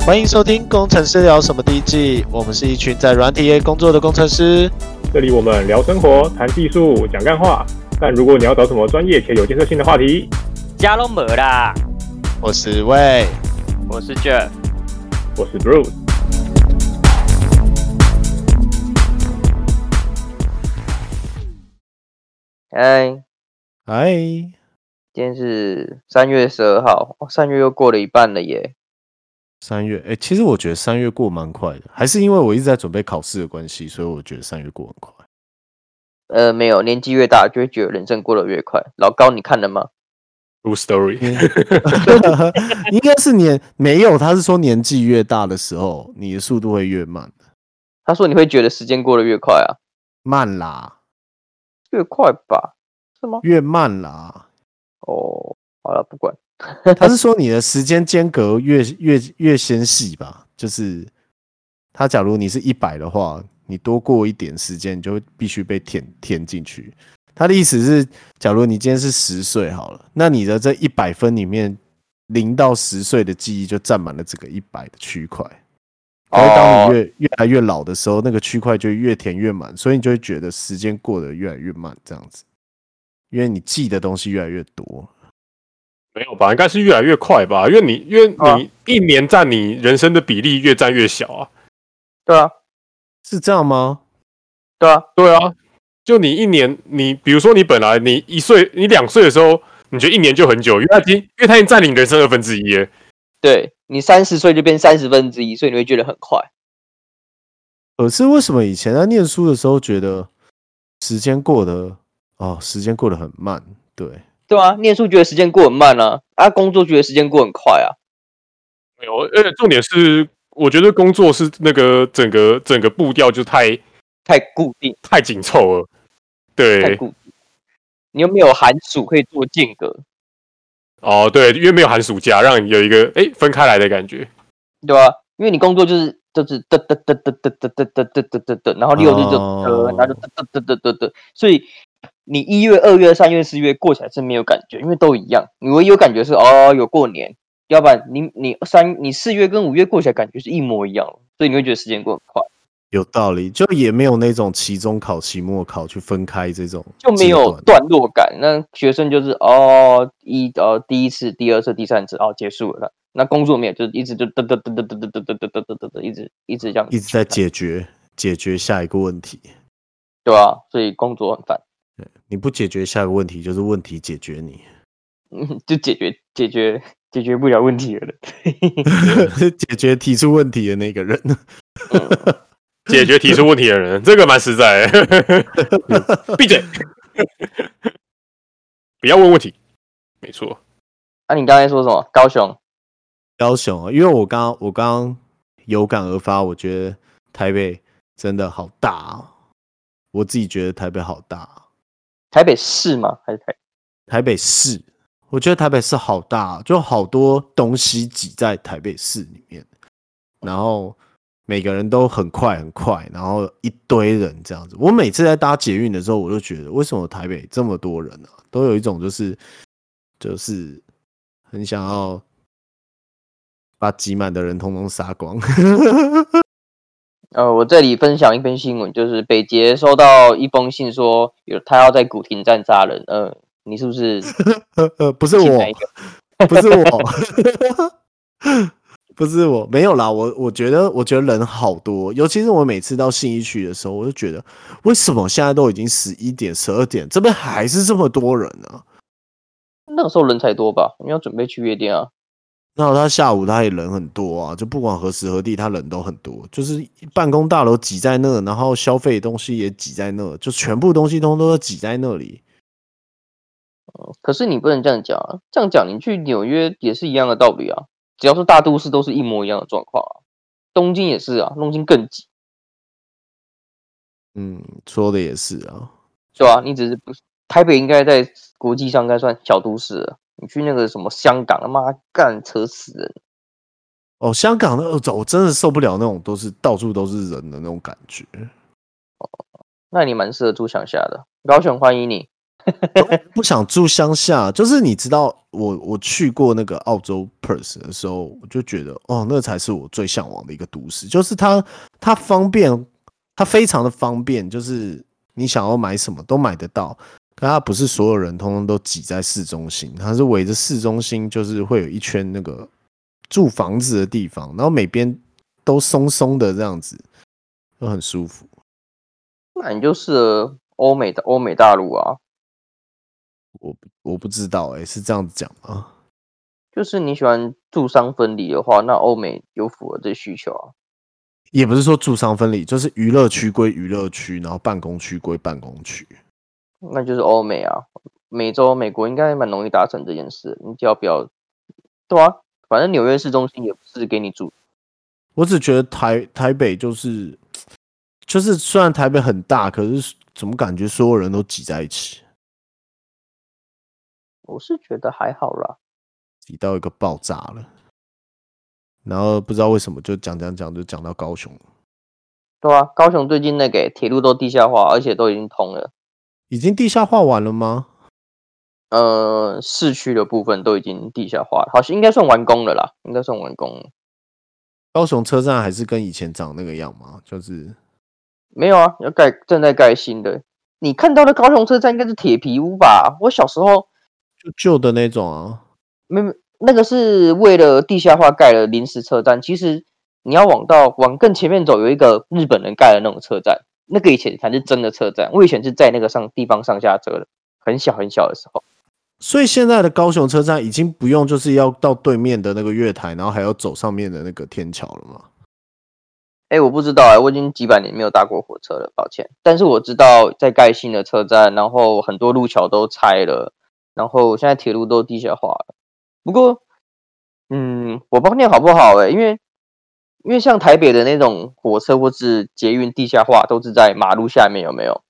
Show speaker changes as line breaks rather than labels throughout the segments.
欢迎收听《工程师聊什么》第一季，我们是一群在软体业工作的工程师。
这里我们聊生活、谈技术、讲干话。但如果你要找什么专业且有建设性的话题，
加隆没啦，
我是魏，
我是 Jeff。
我是 Bruce。
哎，
嗨，
今天是三月十二号，哦三、月又过了一半了耶。
三月，哎、其实我觉得三月过蛮快的，还是因为我一直在准备考试的关系，所以我觉得三月过很 快。
呃，没有，年纪越大就会觉得人生过得越快。老高，你看了吗？
True story。
应该是年没有，他是说年纪越大的时候，你的速度会越慢，
他说你会觉得时间过得越快啊，
慢啦，
越快吧？是吗？
越慢啦。
哦，好了，不管。
他是说你的时间间隔越越越纤细吧，就是他假如你是一百的话，你多过一点时间，你就会必须被填填进去。他的意思是，假如你今天是十岁好了，那你的这一百分里面，零到十岁的记忆就占满了整个一百的区块。可是当
哦
你越越来越老的时候，那个区块就越填越满，所以你就会觉得时间过得越来越慢，这样子，因为你记的东西越来越多。
没有吧？应该是越来越快吧？因为你，因为
啊
你一年占你人生的比例越占越小啊。
对啊，
是这样吗？
对啊，
对啊，就你一年，你比如说你本来你一岁，你两岁的时候，你觉得一年就很久，因为它已经，因为它已经占领人生二分之一耶。
对你三十岁就变三十分之一，所以你会觉得很快。
可呃是为什么以前在念书的时候觉得时间过得哦，时间过得很慢？对，
对啊，念书觉得时间过很慢啊，啊，工作觉得时间过很快啊。
没有，而且重点是，我觉得工作是那个整个整个步调就太
太固定，
太紧凑了。对
太，固定。你又没有寒暑可以做间隔，
哦，对，因为没有寒暑假，让你有一个哎分开来的感觉。
对吧、因为你工作就是就是嘚嘚嘚嘚嘚嘚嘚嘚嘚嘚嘚，然后六日就
哦
嘚，然后就嘚嘚嘚嘚嘚嘚，所以你一月、二月、三月、四月过起来是没有感觉，因为都一样。你唯一有感觉是哦有过年，要不然你你三你四月跟五月过起来感觉是一模一样的，所以你会觉得时间过很快，
有道理，就也没有那种期中考、期末考去分开这种
就没有
阶段
段落感。那学生就是哦一呃第一次、第二次、第三次哦结束了，那工作没有，就是一直就嘚嘚嘚嘚嘚嘚嘚嘚嘚嘚嘚嘚，一直一直这样，
一直在解决解决下一个问题。
对吧、所以工作很烦。
你不解决下一个问题，就是问题解决你，
嗯，就解决解决解决不了问题的人。
解决提出问题的那个人。
解决提出问题的人， 这个蛮实在的。嗯闭嘴， 不要问问题。没错，
啊，你刚才说什么？高雄？
高雄啊，因为我刚刚我刚刚有感而发，我觉得台北真的好大哦，我自己觉得台北好大哦、
台北市吗？还是台？
台北市，我觉得台北市好大，就好多东西挤在台北市里面，然后每个人都很快很快，然后一堆人这样子。我每次在搭捷运的时候，我都觉得为什么台北这么多人啊？都有一种就是就是很想要把挤满的人通通杀光。
呃，我这里分享一篇新闻，就是北捷收到一封信说有他要在古亭站杀人。呃，你是不是
呃不是
进
我
来一，个？
不是我， 不是我，没有啦。我我觉得，我觉得人好多，尤其是我每次到信义区的时候，我就觉得，为什么现在都已经十一点、十二点，这边还是这么多人呢、啊？
那个时候人才多吧？我们要准备去夜店啊。
那他下午他也人很多啊，就不管何时何地，他人都很多，就是办公大楼挤在那，然后消费东西也挤在那，就全部东西通通都挤在那里。
呃可是你不能这样讲啊，这样讲你去纽约也是一样的道理啊。只要是大都市，都是一模一样的状况啊。东京也是啊，东京更挤，
嗯，说的也是啊。
对吧、你只是不是台北应该在国际上应该算小都市了，你去那个什么香港，他妈干扯死人。
哦，香港的我我真的受不了那种都是到处都是人的那种感觉。
那你蛮适合住乡下的，高雄欢迎你。
不想住乡下，就是你知道我我去过那个澳洲 Perth 的时候，我就觉得哦，那才是我最向往的一个都市，就是它它方便，它非常的方便，就是你想要买什么都买得到。可它不是所有人通通都挤在市中心，它是围着市中心，就是会有一圈那个住房子的地方，然后每边都松松的这样子，就很舒服。
那你就适合欧美的欧美大陆啊，
我不我不知道哎、是这样子讲吗？
就是你喜欢住商分离的话，那欧美有符合这需求啊。
也不是说住商分离，就是娱乐区归娱乐区，然后办公区归办公区。
那就是欧美啊，美洲、美国应该蛮容易达成这件事。你只要不要，对啊，反正纽约市中心也不是给你住，
我只觉得台台北就是，就是虽然台北很大，可是怎么感觉所有人都挤在一起，
我是觉得还好啦。
挤到一个爆炸了。然后不知道为什么就讲讲讲就讲到高雄了，
对啊，高雄最近那个铁路都地下化，而且都已经通了，
已经地下化完了吗？
呃，市区的部分都已经地下化了，好像应该算完工了啦，应该算完工了。
高雄车站还是跟以前长那个样吗？就是
没有啊，要盖正在盖新的。你看到的高雄车站应该是铁皮屋吧？我小时候
就旧的那种啊。
没没那个是为了地下化盖了临时车站，其实你要往到往更前面走，有一个日本人盖的那种车站，那个以前才是真的车站。我以前是在那个上地方上下车的，很小很小的时候。
所以现在的高雄车站已经不用就是要到对面的那个月台，然后还要走上面的那个天桥了吗？
哎，我不知道哎、我已经几百年没有搭过火车了，抱歉。但是我知道在盖新的车站，然后很多路桥都拆了，然后现在铁路都地下化了。不过，嗯，我不知道念好不好哎、因为因为像台北的那种火车或是捷运地下化都是在马路下面，有没有？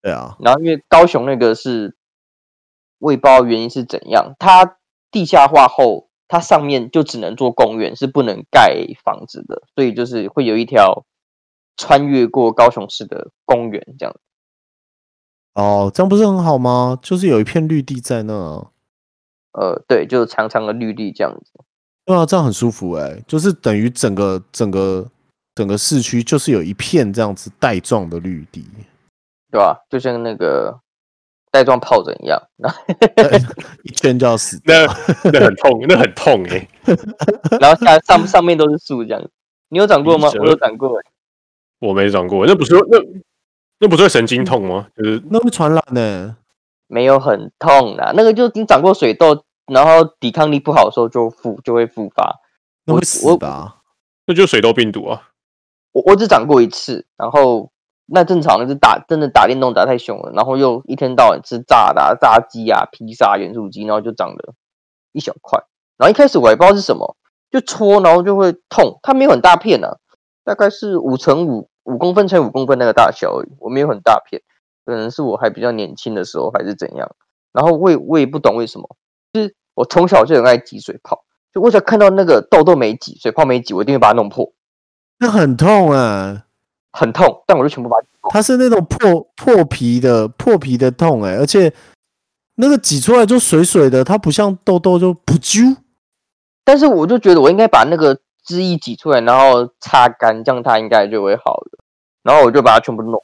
对啊，
然后因为高雄那个是，我也不知道原因是怎样，它地下化后，它上面就只能做公园，是不能盖房子的，所以就是会有一条穿越过高雄市的公园这样。
哦，这样不是很好吗？就是有一片绿地在那啊、
呃，对，就是长长的绿地这样子。
对啊，这样很舒服哎、就是等于整个整个整个市区就是有一片这样子带状的绿地，
对吧？就像那个带状疱疹一样，然后
一圈就要死
那那很痛， 那很痛哎、
然后下上上面都是树这样子。你有长过吗
鼻？
我
折
有长过欸，
我没长过，那不是那那不是会神经痛吗？就是
那会传染欸呢、
没有很痛啦。那个就是你长过水痘，然后抵抗力不好的时候就复就会复发。
那
我
会
我
死吧？
那就是水痘病毒啊。
我我只长过一次，然后那正常的是打真的打电动打太凶了，然后又一天到晚吃炸的、啊、炸鸡啊、披萨、盐酥鸡，然后就长了一小块。然后一开始我还不知道是什么，就戳，然后就会痛。它没有很大片啊，大概是五乘五五公分乘五公分那个大小而已，我没有很大片，可能是我还比较年轻的时候还是怎样。然后我也我也不懂为什么，就是我从小就很爱挤水泡，就我只要看到那个痘痘没挤、水泡没挤，我一定会把它弄破，
那很痛啊、
很痛，但我就全部把它挤破。
它是那种破破皮的破皮的痛哎、而且那个挤出来就水水的，它不像痘痘就不啾。
但是我就觉得我应该把那个汁液挤出来，然后擦干，这样它应该就会好了。然后我就把它全部弄，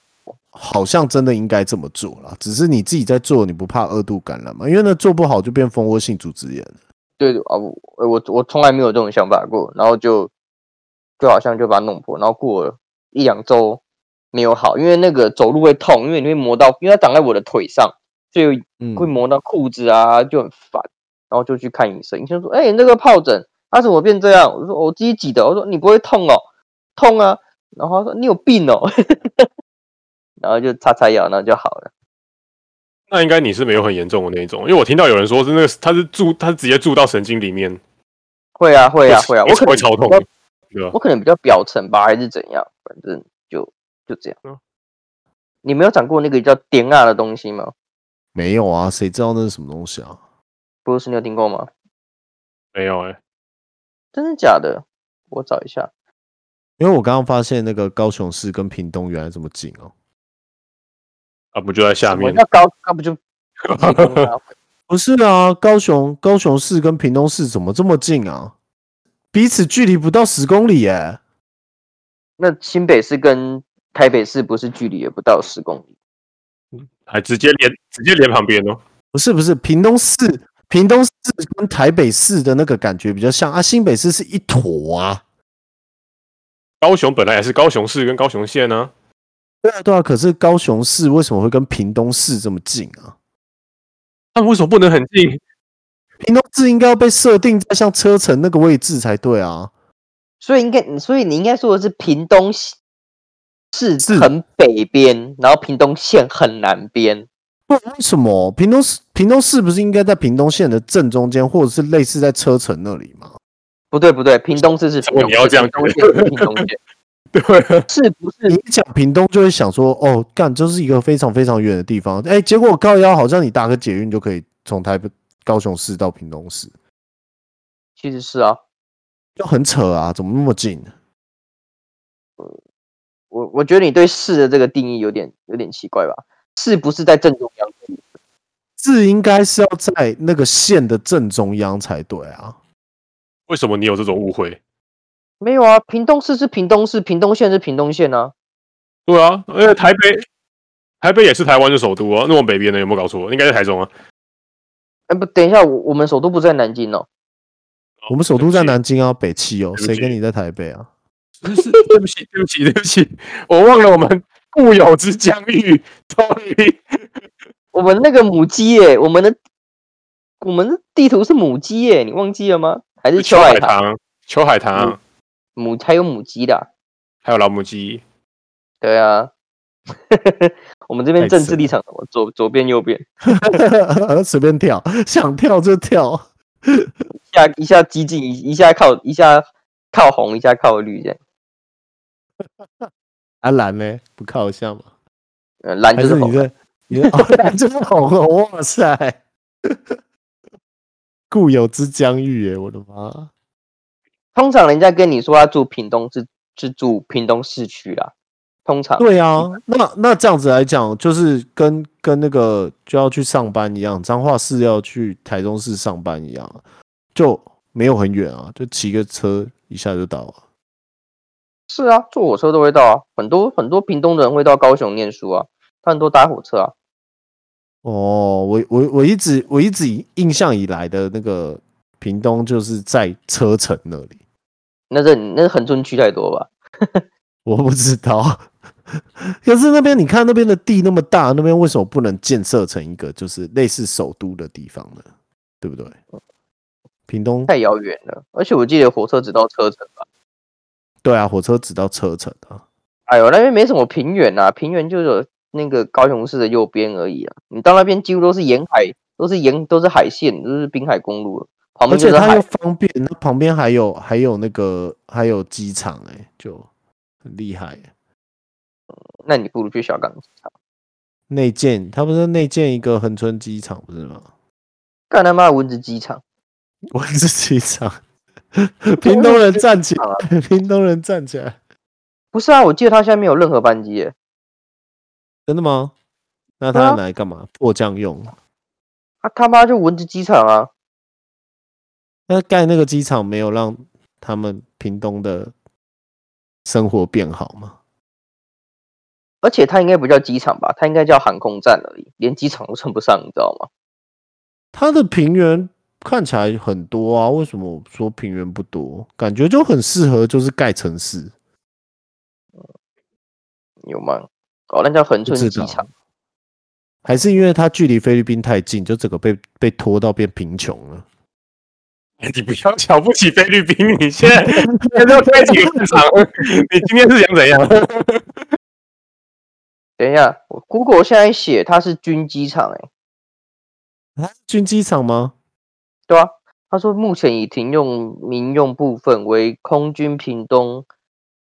好像真的应该这么做啦，只是你自己在做，你不怕二度感染吗？因为那做不好就变蜂窝性组织炎了。
对啊，我我我从来没有这种想法过。然后就就好像就把它弄破，然后过了一两周没有好，因为那个走路会痛，因为你会磨到，因为它长在我的腿上，所以
嗯
会磨到裤子啊，就很烦。然后就去看医生，医生说：“哎、你那个疱疹，它、怎么变这样？”我说：“我自己挤的。”我说：“你不会痛哦？”痛啊。然后他说：“你有病哦。” 然后就擦擦药，然后就好了。
那应该你是没有很严重的那一种，因为我听到有人说是那个他是住他是直接住到神经里面，
会啊，会啊，会啊。我可能
会超痛
比较，
对吧？
我可能比较表层吧，还是怎样？反正就就这样。
嗯
你没有长过那个叫碘啊的东西吗？
没有啊，谁知道那是什么东西啊？
不是你有听过吗？
没有哎、
真的假的？我找一下。
因为我刚刚发现那个高雄市跟屏东原来这么近哦、
啊，不就在下
什么
面？
叫高？那不就 可以跟我拿回
不是啊，高雄高雄市跟屏东市怎么这么近啊？彼此距离不到十公里耶、
那新北市跟台北市不是距离也不到十公里，
还直接连直接连旁边哦。
不是不是，屏东市屏东市跟台北市的那个感觉比较像啊，新北市是一坨啊。
高雄本来也是高雄市跟高雄县呢、
对啊对啊，可是高雄市为什么会跟屏东市这么近啊？
他们为什么不能很近？
屏东市应该要被设定在像车城那个位置才对啊。
所以应该，所以你应该说的是屏东西市
是
很北边，然后屏东县很南边。
不然为什么屏东市屏东市不是应该在屏东县的正中间，或者是类似在车城那里吗？
不对不对，屏东市是
怎
屏
么
东
你要
市
这样
屏东县是屏东县
对啊，
是不是
你一讲屏东就会想说，哦，干，这是一个非常非常远的地方。哎、结果高腰好像你搭个捷运就可以从台北高雄市到屏东市，
其实是啊，
就很扯啊，怎么那么近？
我我觉得你对市的这个定义有点有点奇怪吧？市不是在正中央，
这应该是要在那个县的正中央才对啊。
为什么你有这种误会？
没有啊，屏东市是屏东市，屏东县是屏东县啊。
对啊，而且台北台北也是台湾的首都啊，那么北边的有没有搞错？应该是台中啊。
哎、不，等一下，我我们首都不在南京哦。
我们首都在
对不起
南京啊，北汽哦，
对不
谁
起
跟你在台北啊？
是是对不起，对 不起，对不起，我忘了我们固有之疆域。Sorry，
我们那个母鸡耶、我们的我们的地图是母鸡耶、你忘记了吗？还是秋海棠
棠，秋海棠，
嗯母还有母鸡的啊、
还有老母鸡。
对啊。 我们这边
太
政
扯
治立场什么左左边右边，
随便跳，想跳就跳。
一下一下激进，一一下靠一下靠红，一下靠绿这样。
啊，蓝呢？不靠一下吗？
呃，蓝
还
就是是
你
红，
这你这哦， 蓝就是红了，哇塞！固有之疆域耶，我的妈！
通常人家跟你说他住屏东是是住屏东市区啦，通常
对啊，那那这样子来讲，就是跟跟那个就要去上班一样，彰化市要去台中市上班一样，就没有很远啊，就骑个车一下就到了。
是啊，坐火车都会到啊，很多很多屏东人会到高雄念书啊，他们都搭火车啊。
哦，我我我一直我一直以印象以来的那个屏东就是在车城那里，
那这那恒春区太多吧？
我不知道。 可是那边你看那边的地那么大，那边为什么不能建设成一个就是类似首都的地方呢？对不对？屏东
太遥远了，而且我记得火车只到车城吧？
对啊，火车只到车城啊。
哎呦，那边没什么平原啊，平原就有那个高雄市的右边而已啊。你到那边几乎都是沿海，都是沿都是海线，都是滨海公路了，旁
而
边就
且
是
它
海
又。方便，它旁边还有还有那个还有机场哎、就很厉害。欸
那你不如去小港机场。
内建，它不是内建一个恒春机场不是吗？
干他妈的蚊子机场！
我是机 场，屏东人站起
啊
来，屏东人站起来，
不是啊，我记得它现在没有任何班机耶，
真的吗？那
对
他
啊
要拿来干嘛？迫降用。
它啊他妈就蚊子机场啊！
那盖那个机场没有让他们屏东的生活变好吗？
而且它应该不叫机场吧，它应该叫航空站而已，连机场都称不上，你知道吗？
它的平原看起来很多啊，为什么我说平原不多？感觉就很适合就是盖城市，
有吗？哦，那叫恒
不
春
知
机
道
场。。
还是因为它距离菲律宾太近，就整个被被拖到变贫穷了。
哎你不要瞧不起菲律宾，你现 在现在要开几个市场？你今天是想怎样？
等一下，我 Google 现在写它是军机场、欸，哎，
它是军机场吗？
对啊，他说目前已停用民用部分为空军屏东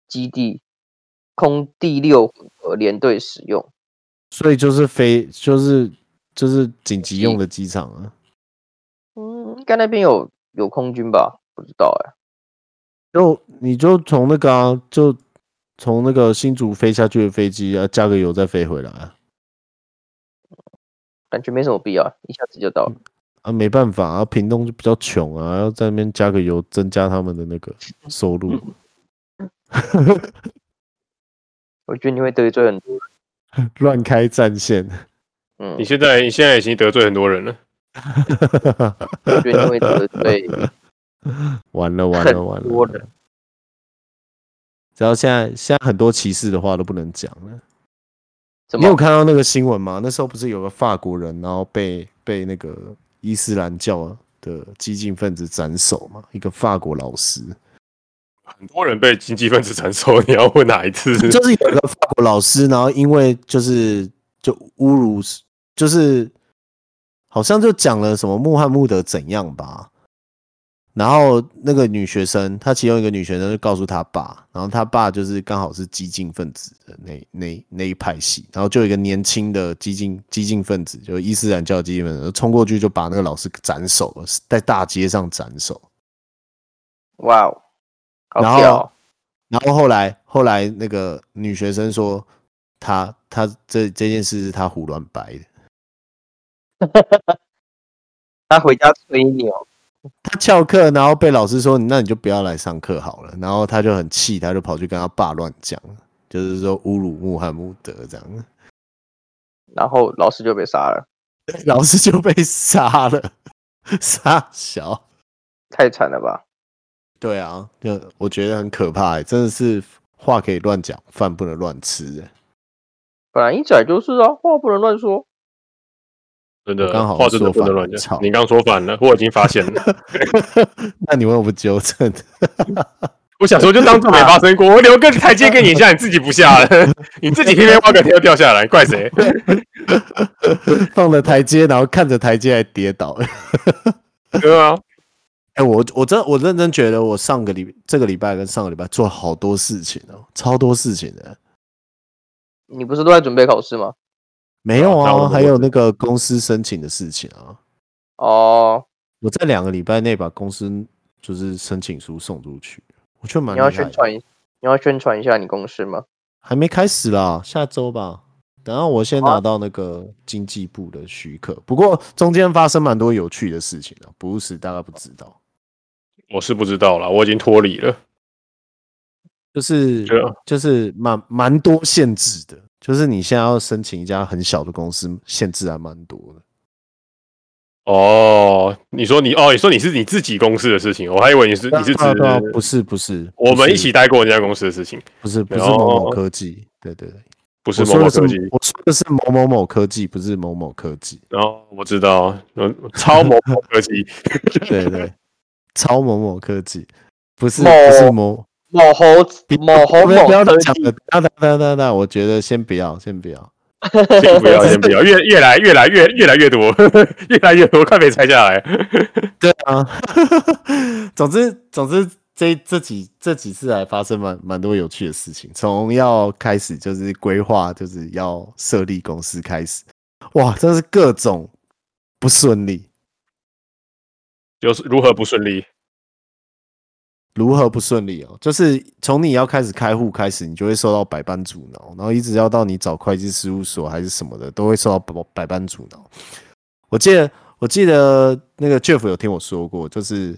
基地空第六混合联队使用。
所以就是飞，就是就是紧急用的机场啊。
嗯，应该那边有有空军吧？不知道哎、
就你就从那个啊，就从那个新竹飞下去的飞机啊，加个油再飞回来啊。
感觉没什么必要，一下子就到了。
啊，没办法啊，屏东就比较穷啊，要在那边加个油，增加他们的那个
嗯
收入。
我觉得你会得罪很多人。
乱开战线，
嗯，
你现在你现在已经得罪很多人了，
我觉得你会得罪
完了完
很
了完
多
了！
人。
只要现在现在很多歧视的话都不能讲了。
怎
你有
么？
看到那个新闻吗？那时候不是有个法国人，然后被被那个伊斯兰教的激进分子斩首吗？一个法国老师，
很多人被经济分子斩首，你要问哪一次？
就是有一个法国老师，然后因为就是就侮辱，就是好像就讲了什么穆罕默德怎样吧。然后那个女学生，她其中一个女学生就告诉她爸，然后她爸就是刚好是激进分子的那那那一派系，然后就有一个年轻的激进激进分子，就是伊斯兰教激进分子，冲过去就把那个老师斩首了，在大街上斩首。
哇哦，好
然后
屌哦！
然后后来后来那个女学生说，她她这这件事是她胡乱掰的，
他回家吹牛，
她翘课，然后被老师说，那你就不要来上课好了。然后她就很气，她就跑去跟她爸乱讲，就是说侮辱穆罕默德这样，
然后老师就被杀了，
老师就被杀了， 杀小。
太惨了吧？
对啊，就我觉得很可怕、欸，真的是话可以乱讲，饭不能乱吃、欸。
本来一仔就是啊，话不能乱说。
真的，
刚好
话真的
说
不
反
能乱
了操
讲。你刚说反了，我已经发现 了。
欸那你为什么不纠正？
我想说，就当做没发生过。我留个台阶给你下，你自己不下了，你自己偏偏挖个坑掉下来，怪谁？
放了台阶，然后看着台阶还跌倒、
对啊，
哎、我我真我认真觉得，我上个礼这个礼拜跟上个礼拜做了好多事情哦，超多事情的。
你不是都在准备考试吗？
没有
啊那
啊，
我的
还
我
有
的
那个公司申请的事情啊，
哦，
我在两个礼拜内把公司就是申请书送出去，我觉得蛮
你
厉害
要
的
宣，传，你要宣传一下你公司吗？
还没开始啦，下周吧。等下我先
好啊
拿到那个经济部的许可，不过中间发生蛮多有趣的事情啊，不务实大概不知道，
我是不知道啦，我已经脱离了。
就是
对啊
就是蛮蛮多限制的，就是你现在要申请一家很小的公司，限制还蛮多的。
哦，你说你哦，你说你是你自己公司的事情，我还以为你
对
是你
啊
是指
对啊对啊不是不是，
我
不
们
是
一起待过人家公司的事情，
不是不是
然后
某某科技，对对对，
不是
我
某
说
某
的是
科技。
我说的是某某某科技，不是某某科 技，
然后哦我知道，嗯超某某科技，
对对，超某某科技，不是
某
不是某
某猴子，某猴
不要
某
不要
科
讲
技
了，等等等等等，我觉得先不要先不要，
先不 要，先不要，越越来越来越越来越多， 越来越多，快被拆下来。
对啊， 总之总之。这这几这几次来发生蛮蛮多有趣的事情，从要开始就是规划，就是要设立公司开始，哇，真是各种不顺利，
就是如何不顺利？
如何不顺利哦？就是从你要开始开户开始，你就会受到百般阻挠，然后一直要到你找会计事务所还是什么的，都会受到百百般阻挠。我记得，我记得那个 Jeff 有听我说过，就是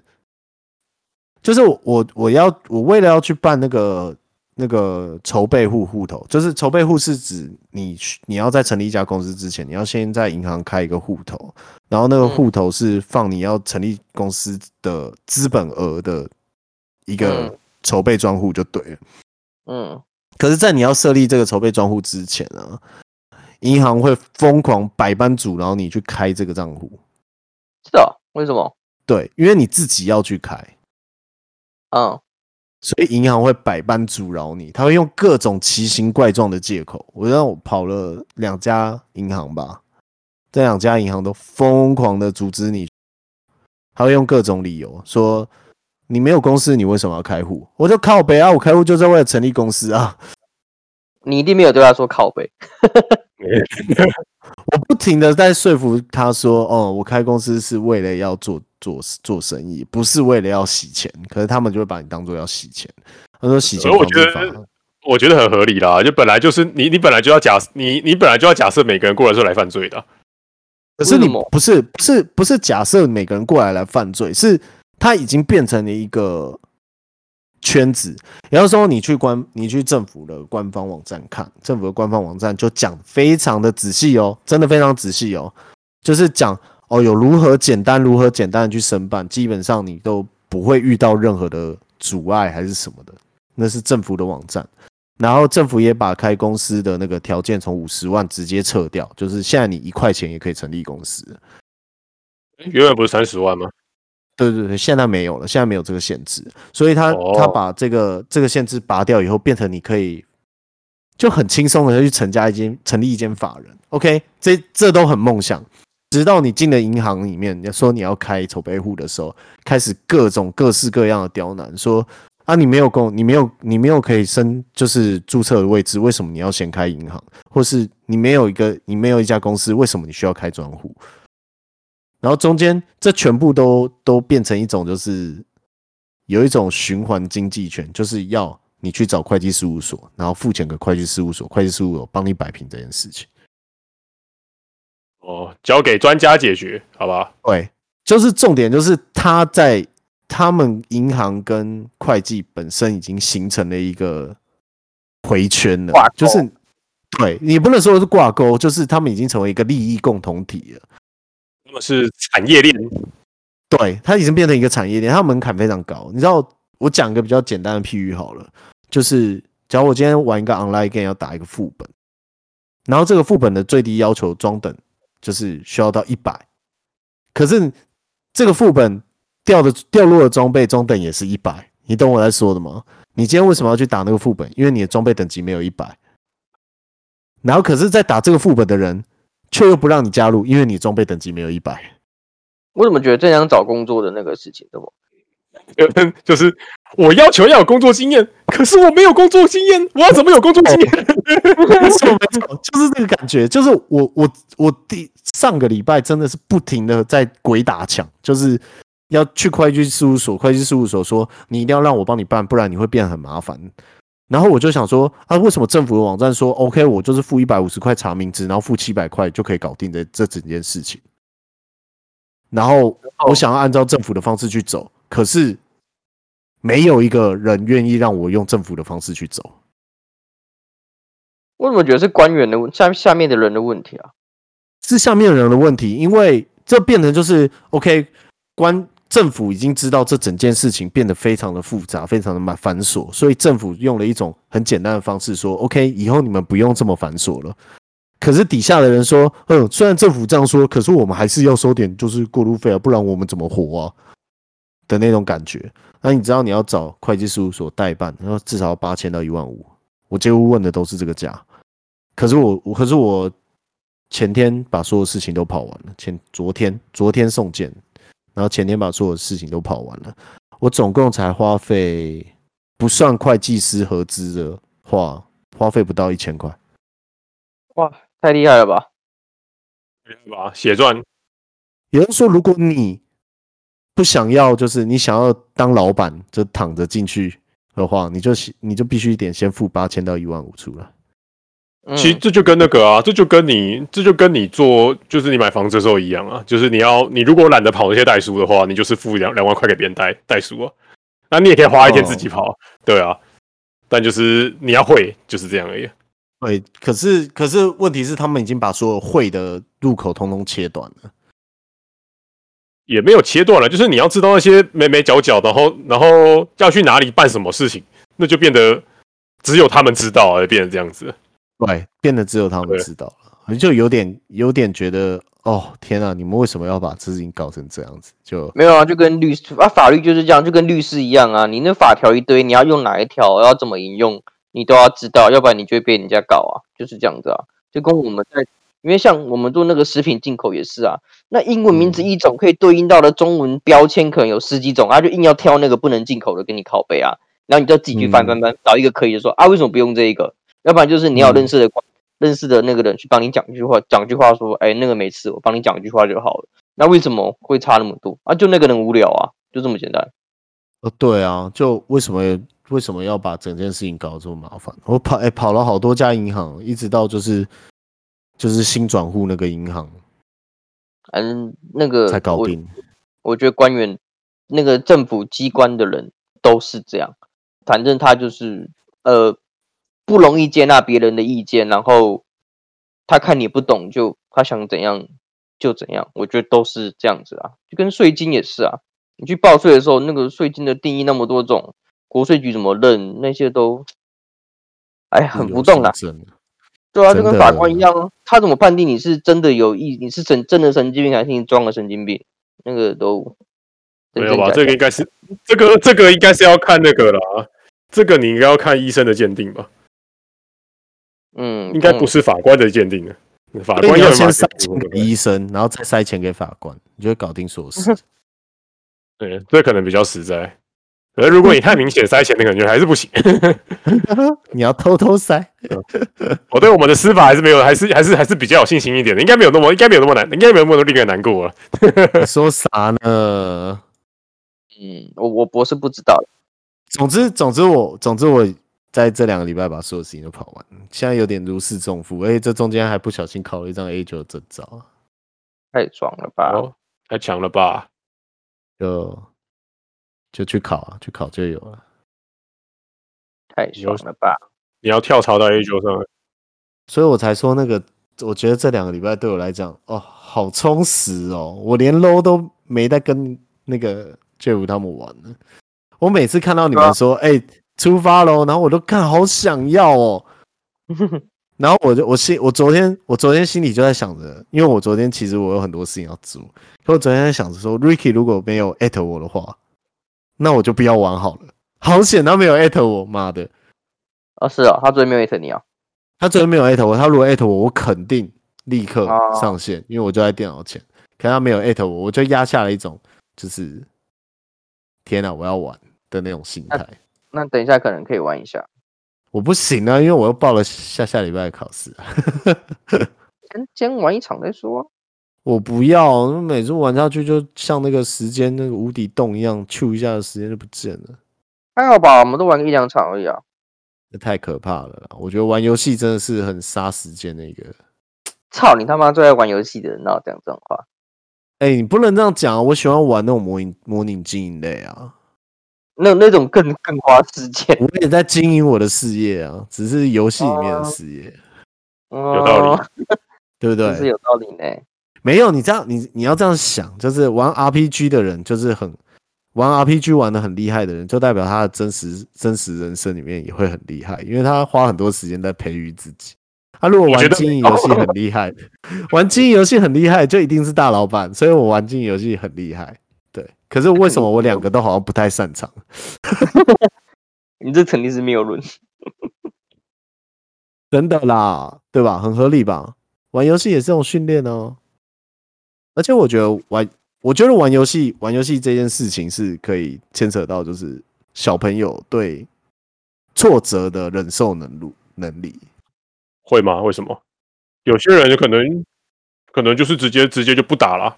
就是我我我要我为了要去办那个那个筹备户户头，就是筹备户是指你去你要在成立一家公司之前，你要先在银行开一个户头，然后那个
嗯
户头是放你要成立公司的资本额的一个
嗯
筹备专户就对了。
嗯，
可是，在你要设立这个筹备专户之前啊，银行会疯狂百般阻挠你去开这个账户，
是的，为什么？
对，因为你自己要去开，
嗯，
所以银行会百般阻挠你，他会用各种奇形怪状的借口。我让我跑了两家银行吧，这两家银行都疯狂的阻止你，他会用各种理由说你没有公司，你为什么要开户？我就靠北啊，我开户就是为了成立公司啊，
你一定没有对他说靠背，
我不停的在说服他说，哦，我开公司是为了要做做做生意，不是为了要洗钱。可是他们就会把你当做要洗钱，他说洗钱
可是我
防治
觉
法
得我觉得很合理啦，就本来就是你，你本来就要假，你你本来就要假设每个人过来是来犯罪的啊、
可是你
为什么
不是不是不是假设每个人过来来犯罪，是他已经变成了一个圈子。也就是说，你去官你去政府的官方网站看，政府的官方网站就讲非常的仔细哦，真的非常仔细哦，就是讲哦有如何简单如何简单的去申办，基本上你都不会遇到任何的阻碍还是什么的，那是政府的网站。然后政府也把开公司的那个条件从五十万直接撤掉，就是现在你一块钱也可以成立公司。
原本不是三十万吗？
对对对，现在没有了，现在没有这个限制，所以他、
哦
他把这个这个限制拔掉以后，变成你可以就很轻松的去成家一间成立一间法人。OK，这这都很梦想。直到你进了银行里面，你说你要开筹备户的时候，开始各种各式各样的刁难，说啊你没有公，你没有你没有可以申就是注册的位置，为什么你要先开银行？或是你没有一个你没有一家公司，为什么你需要开专户？然后中间这全部都都变成一种就是有一种循环经济圈，就是要你去找会计事务所，然后付钱给会计事务所，会计事务所帮你摆平这件事情。
哦，交给专家解决，好吧？
对，就是重点就是他在他们银行跟会计本身已经形成了一个回圈了
挂钩，
就是对你不能说是挂钩，就是他们已经成为一个利益共同体了。
他们是产业链，
对，它已经变成一个产业链，它门槛非常高。你知道，我讲个比较简单的譬喻好了，就是假如我今天玩一个 online game 要打一个副本，然后这个副本的最低要求装等就是需要到一百，可是这个副本掉的掉落的装备装等也是一百，你懂我在说的吗？你今天为什么要去打那个副本？因为你的装备等级没有一百，然后可是，在打这个副本的人却又不让你加入，因为你装备等级没有一百。
我怎么觉得正想找工作的那个事情，怎么？
有人就是我要求要有工作经验，可是我没有工作经验，我要怎么有工作经验？
没错没错，就是这个感觉，就是我我我第上个礼拜真的是不停的在鬼打墙，就是要去会计事务所，会计事务所说你一定要让我帮你办，不然你会变得很麻烦。然后我就想说，啊，为什么政府的网站说 OK，我就是付一百五十块查名字，然后付七百块就可以搞定这这整件事情？然后我想要按照政府的方式去走，可是没有一个人愿意让我用政府的方式去走。
我怎么觉得是官员的问下下面的人的问题啊？
是下面人的问题，因为这变成就是 OK，官政府已经知道这整件事情变得非常的复杂，非常的蛮繁琐，所以政府用了一种很简单的方式说 OK，以后你们不用这么繁琐了。可是底下的人说，嗯，虽然政府这样说，可是我们还是要收点就是过路费啊，不然我们怎么活啊？的那种感觉。那你知道你要找会计事务所代办，然后至少要八千到一万五，我几乎问的都是这个价。可是我，我可是我前天把所有事情都跑完了，前昨天昨天送件，然后前天把所有事情都跑完了，我总共才花费不算会计师合资的话，花费不到一千块。
哇，太厉害了吧！
对吧？血赚，
有人说，如果你不想要，就是你想要当老板，就躺着进去的话，你就你就必须得先付八千到一万五出来。
嗯，
其实这就跟那个啊，这就跟你这就跟你做就是你买房子的时候一样啊，就是你要你如果懒得跑那些代书的话，你就是付两两万块给别人代代书啊，那你也可以花一
嗯
天自己跑，对啊，但就是你要会就是这样而已。
对，可是可是问题是，他们已经把所有会的入口通通切断了。
也没有切断了，就是你要知道那些眉眉角角，然后然后要去哪里办什么事情，那就变得只有他们知道，而变成这样子。
对，变得只有他们
对
知道了，就有点有点觉得，哦，天啊，你们为什么要把事情搞成这样子？就
没有啊，就跟律师啊，法律就是这样，就跟律师一样啊。你那法条一堆，你要用哪一条，要怎么引用，你都要知道，要不然你就会被人家搞啊，就是这样子啊。就跟我们在，因为像我们做那个食品进口也是啊，那英文名字一种可以对应到的中文标签可能有十几种，啊他就硬要挑那个不能进口的给你拷贝啊，然后你就自己去翻
嗯
翻翻，找一个可以的说啊，为什么不用这一个？要不然就是你要有
嗯
认识的官、认识的那个人去帮你讲一句话，讲一句话说，哎，那个没吃，我帮你讲一句话就好了。那为什么会差那么多啊？就那个人无聊啊，就这么简单。
哦，对啊，就为什么为什么要把整件事情搞得这么麻烦？我跑哎、跑了好多家银行，一直到就是就是新转户那个银行，
反正那个
才搞
我
定。
我觉得官员那个政府机关的人都是这样，反正他就是呃不容易接纳别人的意见，然后他看你不懂就他想怎样就怎样，我觉得都是这样子啊，就跟税金也是啊，你去报税的时候，那个税金的定义那么多种，国税局怎么认那些都，哎，很
有
浮动
啊
啦。
竞争
对啊，就
真
跟法
的
官一样啊，他怎么判定你是真的有意，你是神真的神经病还是你装了神经病？那个都
没
真
有
嗯真
吧？
假
这个
假
应该是这个这个应该是要看那个啦，这个你应该要看医生的鉴定吧，
嗯，
应该
嗯
不是法官的鉴定啊。法
所
官
以你
要
要
有
先
法
塞
学
钱
顾问
给医生，然后再塞钱给法官，你就会搞定所有事。
对，这可能比较实在。可是如果你太明显塞钱的感觉，还是不行。
你要偷偷塞，
我哦对我们的司法还是没有，还是还是还是比较有信心一点的，应该没有那么应该没有那么难，应该没有那么令人难过了。
你说啥呢？
嗯，我我我是不知道的，
总之，总之我，总之我在这两个礼拜把所有事情都跑完，现在有点如释重负。而且这中间还不小心考了一张 A 九证照，啊
太爽了吧？
哦，太强了吧？
就就去考啊，去考就有了。
太
有
爽了吧？
你要跳槽到 A 九上，
所以我才说那个，我觉得这两个礼拜对我来讲，哦，好充实哦，我连 low 都没在跟那个 Jeff 他们玩了。我每次看到你
对啊
们说，哎、出发喽，然后我都看好想要 哦，然后我就我心我昨天我昨天心里就在想着，因为我昨天其实我有很多事情要做，可我昨天在想着说，Ricky 如果没有 at 我的话，那我就不要玩好了。好险他没有 at 我，妈的！
哦，是哦，他昨天没有 at 你哦。
他昨天没有艾特我，他如果艾特我，我肯定立刻
哦
上线，因为我就在电脑前。可他没有艾特我，我就压下了一种就是天哪、我要玩的那种心态。
那等一下可能可以玩一下。
我不行啊，因为我又报了下下礼拜的考试啊、
先先玩一场再说啊。
我不要，每次玩下去就像那个时间那个无底洞一样，咻一下的时间就不见了，
还好吧，我们都玩个一两场而已啊，
那太可怕了啦。我觉得玩游戏真的是很杀时间的一个。
操你他妈最爱玩游戏的人，哪有讲这种话？
哎、你不能这样讲啊！我喜欢玩那种模拟模拟经营类啊。
那那种更更花时间。
我也在经营我的事业啊，只是游戏里面的
哦
事业，
有
道理，
对不
这哦是
对？
有道理呢。
没有你这样，你你要这样想，就是玩 RPG 的人，就是很玩 RPG 玩的很厉害的人，就代表他的真实真实人生里面也会很厉害，因为他花很多时间在培育自己。他、如果
我觉
玩
得
经营
没有
游戏很厉害， 玩经营游戏很厉害，就一定是大老板，所以我玩经营游戏很厉害。对，可是为什么我两个都好像不太擅长？
你这肯定是谬论。
真的啦，对吧？很合理吧？玩游戏也是这种训练哦。而且我觉得玩，我觉得玩游戏玩游戏这件事情是可以牵扯到，就是小朋友对挫折的忍受能力能力。
会吗？为什么？有些人就可能可能就是直接直接就不打了。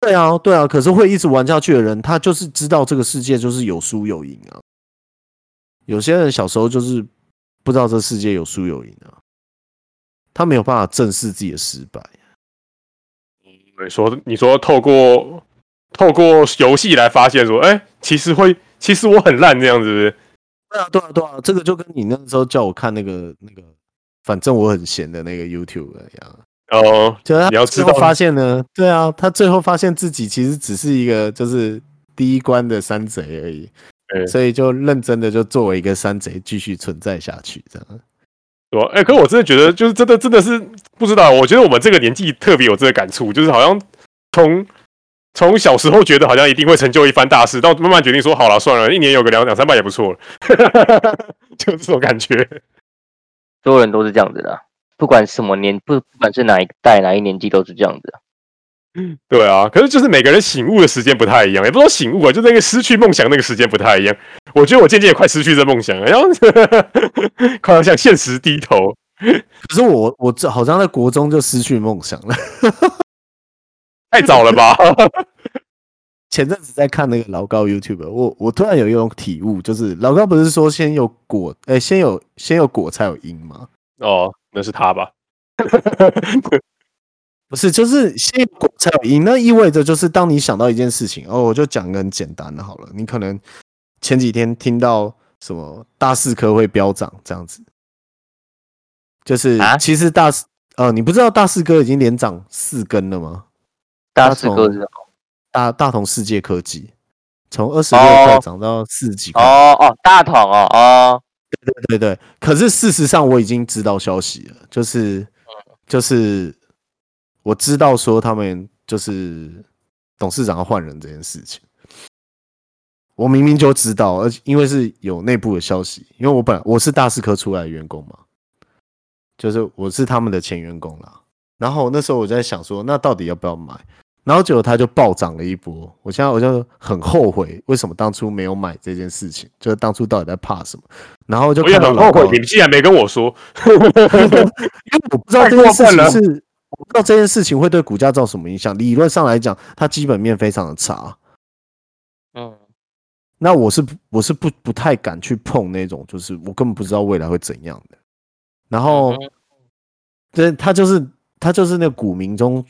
对啊，对啊。可是会一直玩下去的人，他就是知道这个世界就是有输有赢啊。有些人小时候就是不知道这世界有输有赢啊，他没有办法正视自己的失败。
你说你说透过透过游戏来发现说，哎、其实会其实我很烂这样子是不是
对啊，对啊，对啊，这个就跟你那时候叫我看那个那个，反正我很闲的那个 YouTube 一样，
哦、
就是他
你要
最
知
后
道
发现呢，对啊，他最后发现自己其实只是一个就是第一关的山贼而已，
对
所以就认真的就作为一个山贼继续存在下去，这样
对吧？哎、可我真的觉得，就是真的真的是不知道，啊我觉得我们这个年纪特别有这个感触，就是好像从从小时候觉得好像一定会成就一番大事，到慢慢决定说好了算了，一年有个两两三百也不错了， 就是这种感觉。
所有人都是这样子的啊，不管什么年，不不管是哪一代哪一年纪都是这样子啊。
对啊，可是就是每个人醒悟的时间不太一样，也不说醒悟啊，就那个失去梦想那个时间不太一样。我觉得我渐渐也快失去这梦想了，然后 快要向现实低头。
可是我我这好像在国中就失去梦想了。
太早了吧？
前阵子在看那个老高 YouTube，我我突然有一种体悟，就是老高不是说先有果，哎、先有先有果才有因吗？
哦，那是他吧？
不是，就是先有果才有因，那意味着就是当你想到一件事情，哦，我就讲个很简单的好了，你可能前几天听到什么大四科会飙涨这样子，就是、
啊
其实大四呃，你不知道大四科已经连涨四根了吗？
大
他
四
从
哥是什么
大大同世界科技从二十六
哦
块涨到四十几块，
哦哦，大桶哦哦，
对对，可是事实上我已经知道消息了，就是
嗯
就是我知道说他们就是董事长要换人这件事情，我明明就知道，而且因为是有内部的消息，因为我本来我是大四科出来的员工嘛，就是我是他们的前员工啦。然后那时候我在想说，那到底要不要买？然后结果它就暴涨了一波。我现在我就很后悔，为什么当初没有买这件事情？就是当初到底在怕什么？然后就
我也
看到
很
老
后
高
悔，你们竟然没跟我说。
因为我不知道这件事情是，我不知道这件事情会对股价造成什么影响。理论上来讲，它基本面非常的差。
嗯，
那我是不我是不不太敢去碰那种，就是我根本不知道未来会怎样的。然后
嗯，
这它就是它就是那个股民中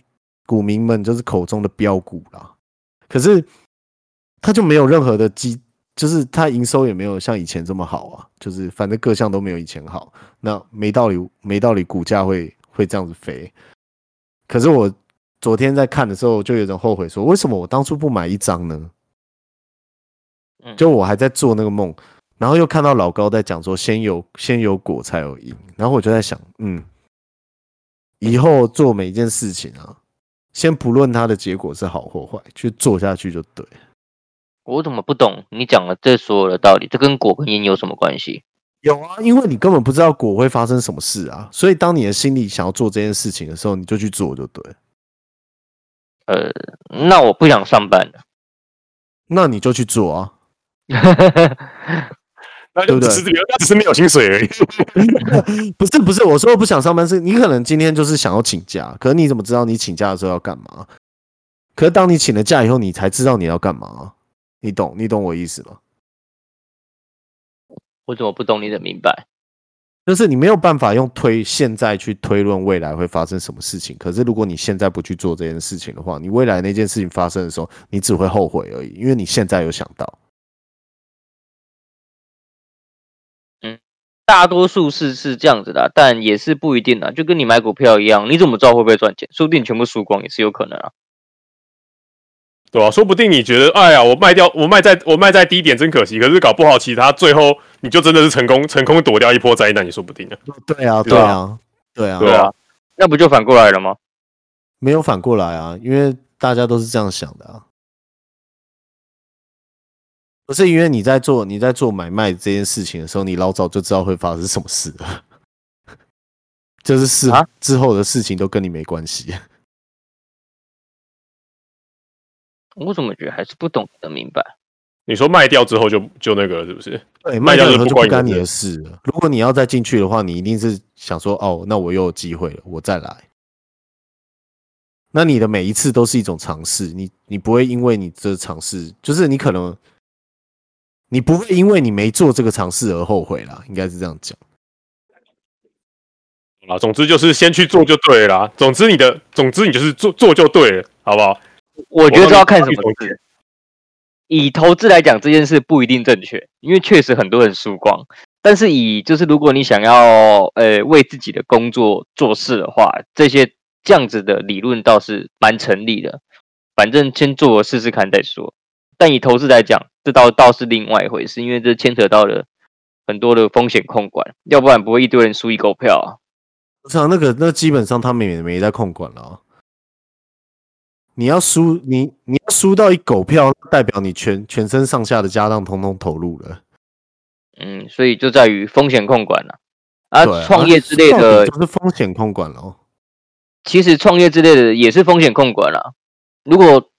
股民们就是口中的标股啦。可是它就没有任何的基，就是它营收也没有像以前这么好啊。就是反正各项都没有以前好，那没道理没道理股价会会这样子飞。可是我昨天在看的时候，就有点后悔说，为什么我当初不买一张呢？
嗯
就我还在做那个梦，然后又看到老高在讲说先有先有果才有因，然后我就在想，嗯，以后做每一件事情啊，先不论它的结果是好或坏，去做下去就对。
我怎么不懂你讲的这所有的道理？这跟果跟因有什么关系？
有啊，因为你根本不知道果会发生什么事啊，所以当你的心里想要做这件事情的时候，你就去做就对了，
呃，那我不想上班了。
那你就去做啊。
那就只是没有，那只是没有薪水而已。
不是不是，我说我不想上班是，你可能今天就是想要请假，可是你怎么知道你请假的时候要干嘛？可是当你请了假以后，你才知道你要干嘛，你懂你懂我意思吗？
我怎么不懂你的明白？
就是你没有办法用推现在去推论未来会发生什么事情，可是如果你现在不去做这件事情的话，你未来那件事情发生的时候，你只会后悔而已，因为你现在有想到。
大多数是是这样子的啊、但也是不一定的啊、就跟你买股票一样，你怎么知道会不会赚钱？说不定你全部输光也是有可能啊。
对啊吧、说不定你觉得，哎呀，我卖掉，我卖在我卖在低点真可惜，可是搞不好其他最后你就真的是成功成功躲掉一波灾难，也说不定啊。
对啊，
是
对
吧
啊，对啊，
对啊，
那不就反过来了吗？
没有反过来啊，因为大家都是这样想的啊。不是因为你在做你在做买卖这件事情的时候，你老早就知道会发生什么事了， 就是事、
啊
之后的事情都跟你没关系。
我怎么觉得还是不懂你的明白？
你说卖掉之后就就那个了是不是？
对，
卖
卖
掉
掉以
就
后
不
就不
关你
干
的
你的事了。如果你要再进去的话，你一定是想说，哦，那我又有机会了，我再来。那你的每一次都是一种尝试，你你不会因为你这尝试，就是你可能，你不会因为你没做这个尝试而后悔啦，应该是这样讲。
啊，总之就是先去做就对了啦。总之你的，总之你就是做做就对了，好不好？
我觉得
我
这要
帮你
看什
帮
么
你总
事。以投资来讲，这件事不一定正确，因为确实很多人输光。但是以就是如果你想要呃为自己的工作做事的话，这些这样子的理论倒是蛮成立的。反正先做了试试看再说。但以投资来讲，这倒倒是另外一回事，因为这牵扯到了很多的风险控管，要不然不会一堆人输一狗票啊。
不是啊，那个那基本上他们也没在控管了、啊。你要输，你你要输到一狗票，代表你全全身上下的家当通通投入了。
嗯，所以就在于风险控管了、啊。
对啊
创业之类
重点
的
就是风险控管了。哦
其实创业之类的也是风险控管啦。如果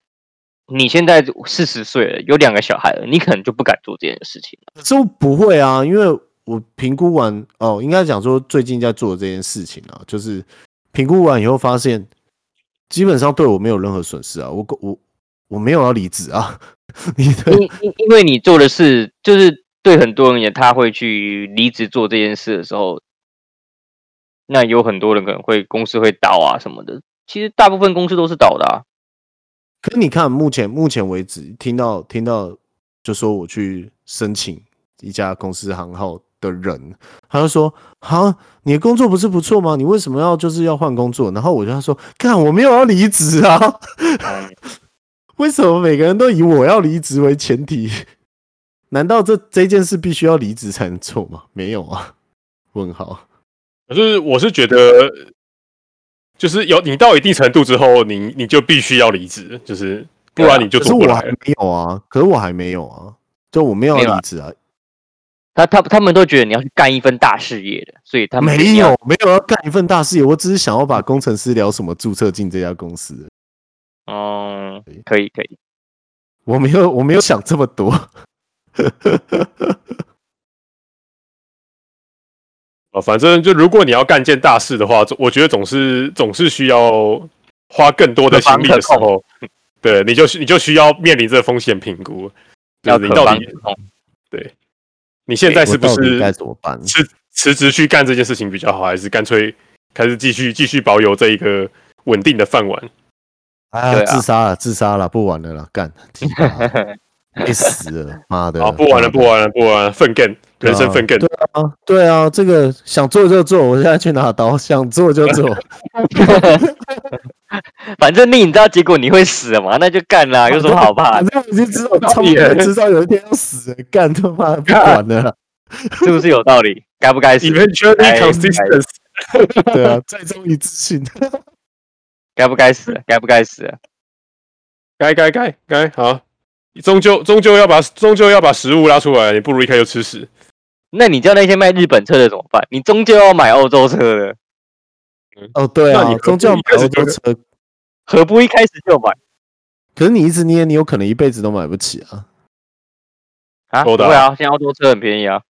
你现在四十岁了，有两个小孩了，你可能就不敢做这件事情了。
可是我不会啊，因为我评估完哦，应该讲说最近在做的这件事情啊，就是评估完以后发现，基本上对我没有任何损失啊，我我我没有要离职啊， 你对
因因因为你做的事，就是对很多人也他会去离职做这件事的时候，那有很多人可能会公司会倒啊什么的，其实大部分公司都是倒的啊。
可是你看，目前目前为止，听到听到就说我去申请一家公司行号的人，他就说：“哈，你的工作不是不错吗？你为什么要就是要换工作？”然后我就跟他说：“看，我没有要离职啊， 为什么每个人都以我要离职为前提？难道这这件事必须要离职才能做吗？没有啊。”问号。
可是我是觉得，就是有你到一定程度之后，你你就必须要离职，就是不然你就
可是
做不
我
来
还
了。
没有啊，可是我还没有啊，就我没有
没有
要
啊
离职啊，
他他他们都觉得你要去干一份大事业的，所以他们
没有，没有要干一份大事业，我只是想要把工程师聊什么注册进这家公司而已，
嗯，可以可以，
我没有我没有想这么 多。
啊，反正就如果你要干件大事的话，总我觉得总是总是需要花更多的
可
心
防
力
可
的时候， 对，你就需你就需要面临这个风险评估，就
要
是你
可
到
帮
底
可控。
你现在是不
我到底该
是
怎么办？
辞辞职去干这件事情比较好，还是干脆还是继续继续保有这一个稳定的饭碗？
哎呀
对啊
自杀了，自杀了，不玩了啦，干，自杀了 累死了，妈的！
好，不玩了，不
妈的，
玩了，不玩了，奋干，人生奋干。
对啊，对啊，这个想做就做，我现在去拿刀，想做就 做，
反正你你知道结果你会死嘛，那就干啦，有什么好怕
反
的？
正我就知道，差不多知道有一天要死了，干他妈的不玩了 啦。
是不是有 道理？该不该死？
Eventually
哎
consistent，
对啊，最终一致性。
该不该死？该不该死？
该该该该好，终究终究要把终究要把食物拉出来，你不如一开始就吃屎。
那你叫那些卖日本车的怎么办？你终究要买欧洲车的，
哦，对
那
啊
你，
宗
何不
教
一
买
开始
欧
就
洲车，
何不一开始就买
可是你一直捏，你有可能一辈子都买不起啊！
啊？
够
不
的
会啊，现在欧洲车很便宜啊，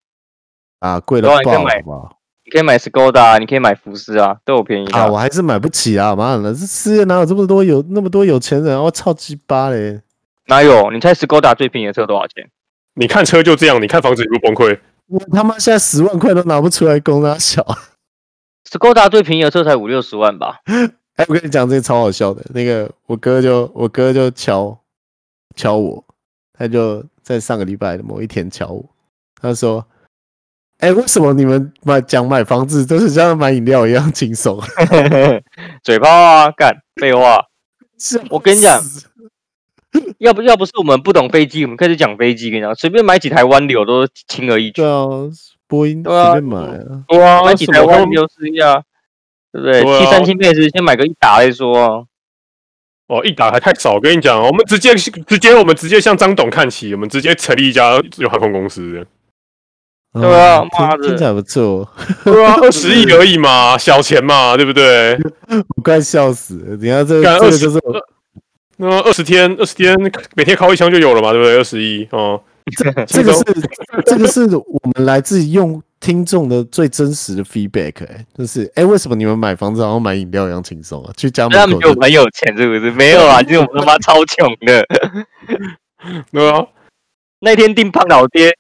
啊，贵的
对啊你可以
爆
买
好不好？
你可以买 Skoda，啊你可以买福斯啊，都有便宜的
啊，我还是买不起啊！妈的，这世界哪有这么多有那么多有钱人啊？我操鸡巴嘞！
哪有？你猜 Skoda 最便宜的车多少钱？
你看车就这样，你看房子你不崩溃？
我他妈现在十万块都拿不出来供他小。
Skoda 最便宜的车才五六十万吧？
哎，我跟你讲，这个超好笑的。那个我哥就我哥就敲敲我，他就在上个礼拜的某一天敲我，他说：“哎，为什么你们买讲买房子都是像买饮料一样轻松啊
嘴炮啊，干废话。？”我跟你讲
笑死，
要不要不是我们不懂飞机，我们开始讲飞机，跟你讲，随便买几台湾流都轻而易举
对，啊，波音随
对啊
便买啊。
对啊
买几台湾流是一样，对不对
对啊
？T 三千倍是先买个一打再说啊。
哦，一打还太少。我跟你讲，我们直接直接我们直接向张董看齐，我们直接成立一家有航空公 司。
对啊
嗯
妈
听听
的
起来不错，
对啊，二十亿而已嘛，小钱嘛，对不对？
我快笑死了。你看这个
干
这个
20
就是我
那二十天，二十天每天靠一枪就有了嘛，对不对？二十亿 哦，
这个是这个是我们来自用听众的最真实的 feedback，哎、就是哎、为什么你们买房子好像买饮料一样轻松啊？去家
那他
门
们
口
就
就
很哎有钱，是不是？没有 啊，就是我们他妈超穷的。
对啊，
那天订胖老爹，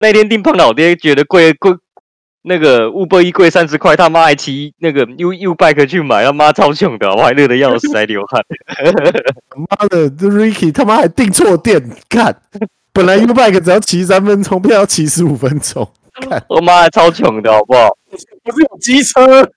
那天订胖老爹觉得贵贵，那个 Uber 一贵三十块，他妈还骑那个 U U bike 去买，他妈超穷的，我还热的要死，还流 汗。
妈的这，Ricky 他妈还订错店，看本来 U bike 只要骑三分钟，变要骑十五分钟，
我妈超穷的好不好？
不是有机车，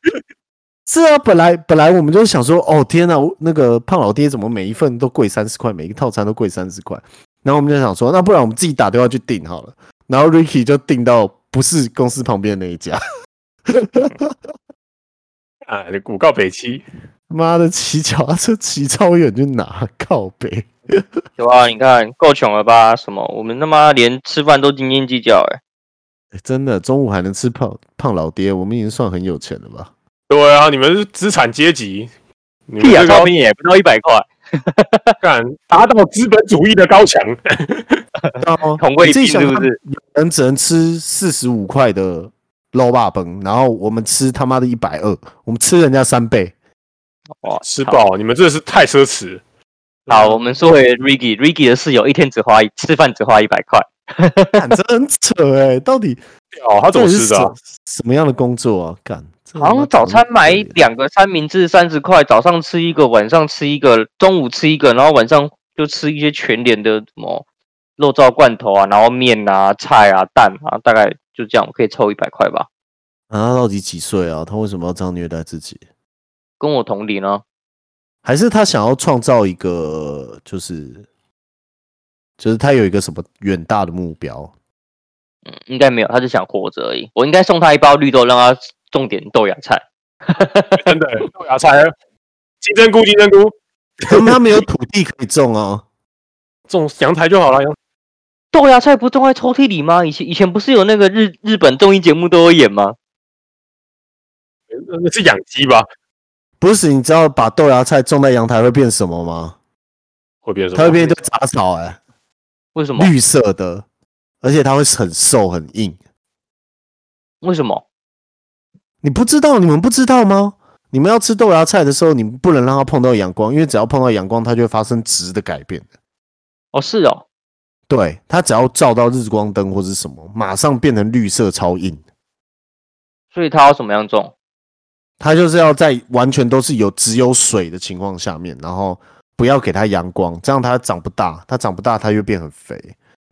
是啊，本来本来我们就想说，哦天呐，我那个胖老爹怎么每一份都贵三十块，每一个套餐都贵三十块？然后我们就想说，那不然我们自己打电话去订好了。然后 Ricky 就订到不是公司旁边那一家，
啊，我告北七，
妈的骑脚踏车骑超远去拿，靠北。
有啊，你看够穷了吧？什么？我们他妈连吃饭都斤斤计较、欸，
诶哎真的，中午还能吃胖胖老爹，我们已经算很有钱了吧？
对啊，你们是资产阶级，你们
屁啊，
这
超
个
便宜也不到一百块，
干达到资本主义的高墙，
哦
同位
你自己
拼
想
是不
看
是？
我们只能吃四十五块的肉霸崩，然后我们吃他妈的一百二，我们吃人家三倍。
哇，
吃饱，你们真的是太奢侈。
好。好，我们说回 Ricky，Ricky 的室友一天只花一吃饭只花一百块，
干，这很扯哎、到底
哦，他怎么吃的啊、
到底是什？什么样的工作啊？干，这他
好
妈
像早
怎么
餐买
可以啊
两个三明治三十块，早上吃一个，晚上吃一个，中午吃一个，然后晚上就吃一些全脸的什么肉燥罐头啊，然后面啊、菜啊、蛋啊，大概就这样，可以凑一百块吧。
啊，他到底几岁啊？他为什么要这样虐待自己？
跟我同龄啊，
还是他想要创造一个，就是就是他有一个什么远大的目标？
嗯应该没有，他就想活着而已。我应该送他一包绿豆，让他种点豆芽菜。
真的豆芽菜、金针菇、金针菇，
他们他没有土地可以种啊，
种阳台就好了。阳
豆芽菜不种在抽屉里吗？以前以前不是有那个日日本综艺节目都有演吗？
那是养鸡吧？
不是？你知道把豆芽菜种在阳台会变什么吗？
会变成
它会变一堆杂草、欸，
为什么
哎，？绿色的，而且它会很瘦很硬。
为什么？
你不知道？你们不知道吗？你们要吃豆芽菜的时候，你们不能让它碰到阳光，因为只要碰到阳光，它就会发生质的改变。
哦，是哦，
对，它只要照到日光灯或是什么，马上变成绿色超硬。
所以他要怎么样种？
它就是要在完全都是有只有水的情况下面，然后不要给它阳光，这样它长不大。它长不大，它就变很肥。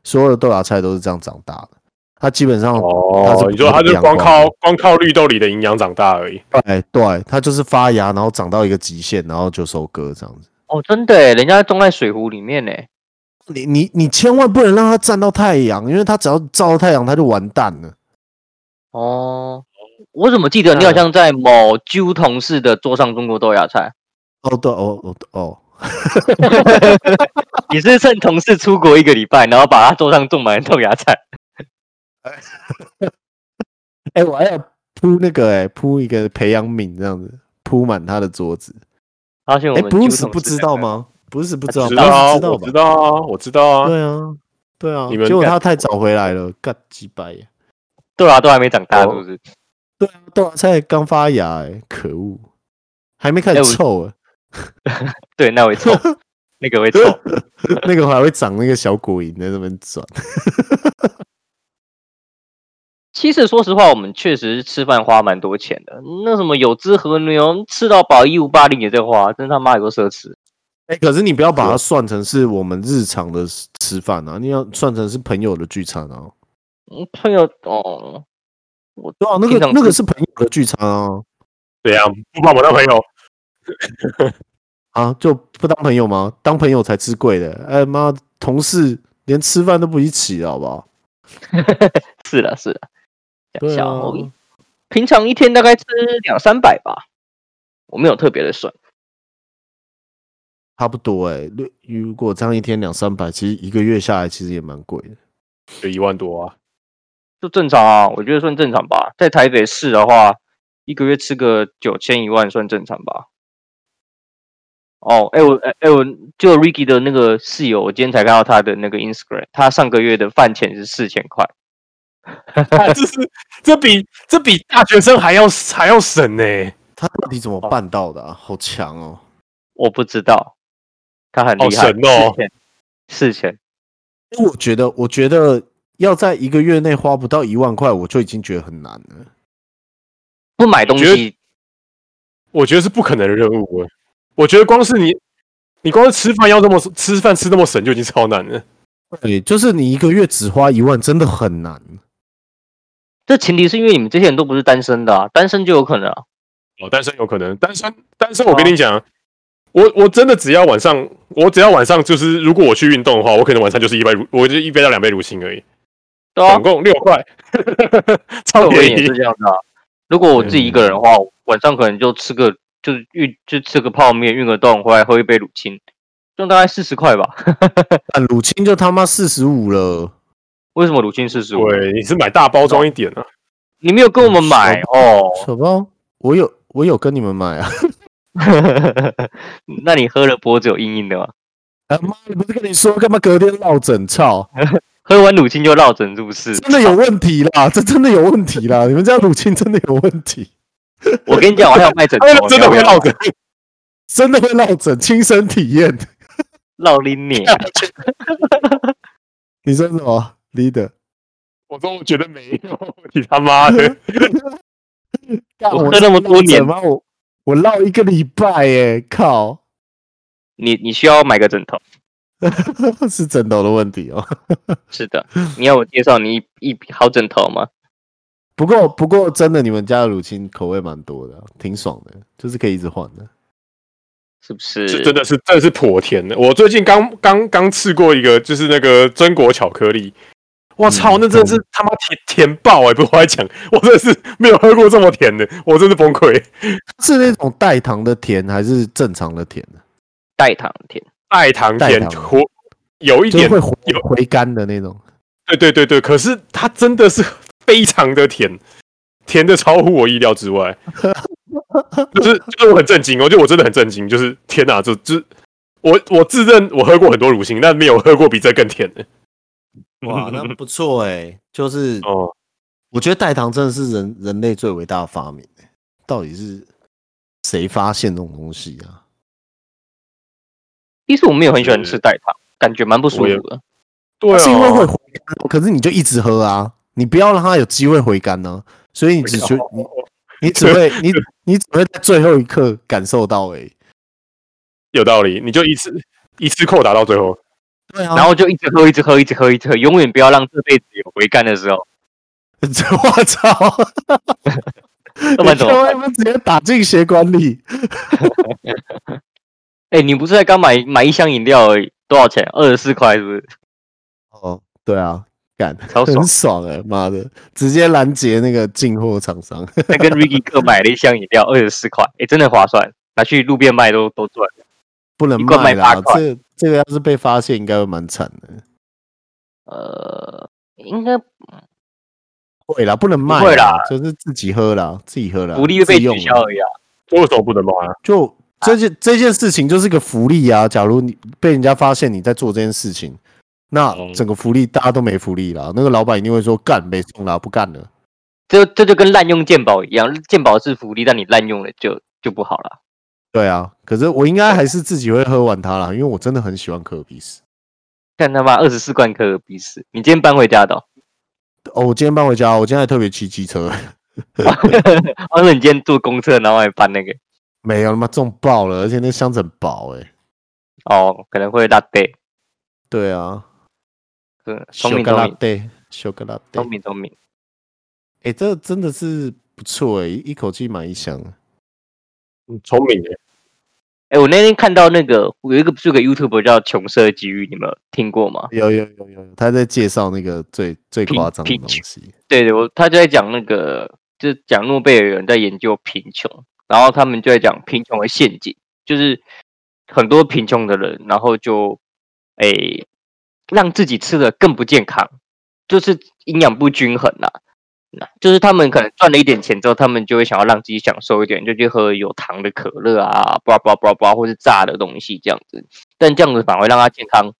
所有的豆芽菜都是这样长大的。它基本上它是
哦，
不
你说它
会
就
阳
光
光
靠光靠绿豆里的营养长大而已。
对哎对，它就是发芽，然后长到一个极限，然后就收割这样子。
哦，真的耶，人家种在水壶里面呢。
你你你千万不能让它站到太阳，因为它只要照到太阳，它就完蛋了。
哦，我怎么记得你好像在某揪同事的桌上种过豆芽菜？
哦对哦哦哦，
你是趁同事出国一个礼拜，然后把他桌上种满了豆芽菜？
哎、我还要铺那个哎、铺一个培养皿这样子，铺满它的桌子。
发现我
哎、
们
不
Bruce
是不知道？吗？不是哦不知道，
知
不
道啊，
是
我
吧
知？道啊，我知道啊。
对啊，对啊。
你们
结果
干
他太早回来了，干鸡掰呀！
对啊，都还没长大，是
哦
不是？
对啊，豆芽菜刚发芽、欸，可恶，还没开
哎
始
我
臭、欸，
对，那会臭，那个会臭。
那个还会长那个小果蝇在那边转。
其实说实话，我们确实吃饭花蛮多钱的。那什么有汁和牛吃到饱一五八零也在花，真他妈有个奢侈。
哎、可是你不要把
是
它
啊
算成是我们日常的吃吃饭啊，你要算成是朋友的聚餐啊。
嗯，朋友哦，
对啊，那
平
个
常
那个
吃
是朋友的聚餐啊，
怎样？不把我当朋友？
啊就不当朋友吗？当朋友才吃贵的。哎、妈，同事连吃饭都不一起了，好不好？
是了是了，讲一
对
下
啊
哦，我平常一天大概吃两三百吧，我没有特别的算。
差不多哎、如如果这样一天两三百，其实一个月下来其实也蛮贵的。
就一万多啊，
就正常啊，我觉得算正常吧。在台北市的话，一个月吃个九千一万算正常吧。哦，哎、我哎、哎我就 Ricky 的那个室友，我今天才看到他的那个 Instagram，他上个月的饭钱是四千块，
啊这是这比这比大学生还要还要省呢、
他到底怎么办到的啊？好强哦！
我不知道，他很
好
厉害，
神哦
四千，
因为我觉得，我觉得要在一个月内花不到一万块，我就已经觉得很难了。
不买东
我觉
西，
我觉得是不可能的任务欸。我觉得光是你，你光是吃饭要这么吃饭吃那么省就已经超难了。
对，就是你一个月只花一万，真的很难。
这前提是因为你们这些人都不是单身的、啊，单身就有可能啊。
哦，单身有可能，单身单身，我跟你讲，我我真的只要晚上，我只要晚上就是，如果我去运动的话，我可能晚上就是一杯乳，我就一杯到两杯乳清而已，
对啊
总，共六块， 超
我们
便
也
宜
是。这样的、啊。如果我自己一个人的话，晚上可能就吃个就是运就吃个泡面，运个动，回来喝一杯乳清，就大概四十块吧。
但啊乳清就他妈四十五了，
为什么乳清四十五？
对，你是买大包装一点啊？
你没有跟我们买哦，
什么？我有我有跟你们买啊！
那你喝了脖子有硬硬的吗？
啊妈，你不是跟你说干嘛隔天落枕操？
喝完乳清就落枕是不是？
真的有问题啦，这真的有问题啦！你们家乳清真的有问 题，
我跟你讲，我还有卖枕
哎
哦
头，
真的
你
会
要不要
落枕，
真的会落枕，亲身体验。
落拎你。
你说什么？leader？
我说我觉得没有，你他妈的！
干
我
我
喝那么多年
怎么我我绕一个礼拜耶，靠，
你你需要买个枕头。
是枕头的问题哦。
是的，你要我介绍你一一好枕头吗？
不过不过真的，你们家的乳清口味蛮多的啊，挺爽的，就是可以一直换的。
是不 是？
这真的是真的是颇甜的。我最近刚刚刚吃过一个，就是那个榛果巧克力，我操，
嗯
那真的是他妈甜甜爆哎、不是我在讲，我真的是没有喝过这么甜的，我真是崩溃。
是那种代糖的甜还是正常的甜呢？
代糖甜，
代糖
代
甜
糖
活有一
就是
点
会回
有
回甘的那种。
对对对对，可是它真的是非常的甜，甜的超乎我意料之 外，就是就是我很震惊哦，就我真的很震惊，就是天哪，这这我我自认我喝过很多乳清，但没有喝过比这更甜的。
哇，那不错哎、就是
哦，
我觉得代糖真的是人人类最伟大的发明、欸。到底是谁发现这种东西啊？
其实我没有很喜欢
是
吃代糖，感觉蛮不舒
我也
服的。
对啊，
是因为会回甘，啊可是你就一直喝啊，你不要让它有机会回甘呢、所以你只觉
哦
你你只会你你只会在最后一刻感受到哎、
有道理，你就一次一次扣打到最后。
对啊
然后就一直喝，一直喝，一直喝，一直喝，永远不要让这辈子有回甘的时候，
我操，
要不然
你这
怎么
会
办？
不会直接打进血管里？
哎、你不是才刚买买一箱饮料而已，多少钱？二十四块是不是？
哦，对啊，干，
超 爽
很爽哎、妈的，直接拦截那个进货厂商。
那跟 Ricky 各买了一箱饮料，二十四块，哎、真的划算，拿去路边卖都都赚。
不能
一罐
卖
卖
啦
八，块
这这个要是被发现，应该会蛮惨的。
呃，应该
会啦，不能卖，
不会啦，
就是自己喝啦，自己喝啦，
福利会被
自己用
取消
啦。
而已啊。
为什么不能买啊？
就这件这件事情就是个福利啊。假如你被人家发现你在做这件事情，那
哦
嗯
整个福利大家都没福利啦。那个老板一定会说干没送啦，不干了。
这这就跟滥用鉴宝一样，鉴宝是福利，但你滥用了就就不好了。
对啊，可是我应该还是自己会喝完它啦，因为我真的很喜欢可比斯。
看他妈二十四罐可尔必斯，你今天搬回家的哦、
哦，我今天搬回家，我今天还特别骑机车，
哦，那你今天坐公车，然后还搬那个，
没有他妈重爆了，而且那箱子很薄哎、
哦，可能会拉背，
对啊，
嗯，
修
聪明
格
聪
拉
明
对，修格拉对
聪。明聪明，
哎、这真的是不错哎、一口气买一箱。
嗯聪明耶，
哎、我那天看到那个有一个不是有个 YouTube 叫穷色机遇，你们有听过吗？
有有有有，有他在介绍那个最最
贫
夸张的
贫
东
穷
西。
对对，我他就在讲那个，就是讲诺贝尔有人在研究贫穷，然后他们就在讲贫穷的陷阱，就是很多贫穷的人，然后就哎让自己吃的更不健康，就是营养不均衡啦、那就是他们可能赚了一点钱之后，他们就会想要让自己享受一点，就去喝有糖的可乐啊，叭叭叭叭，或是炸的东西这样子。但这样子反而会让他健康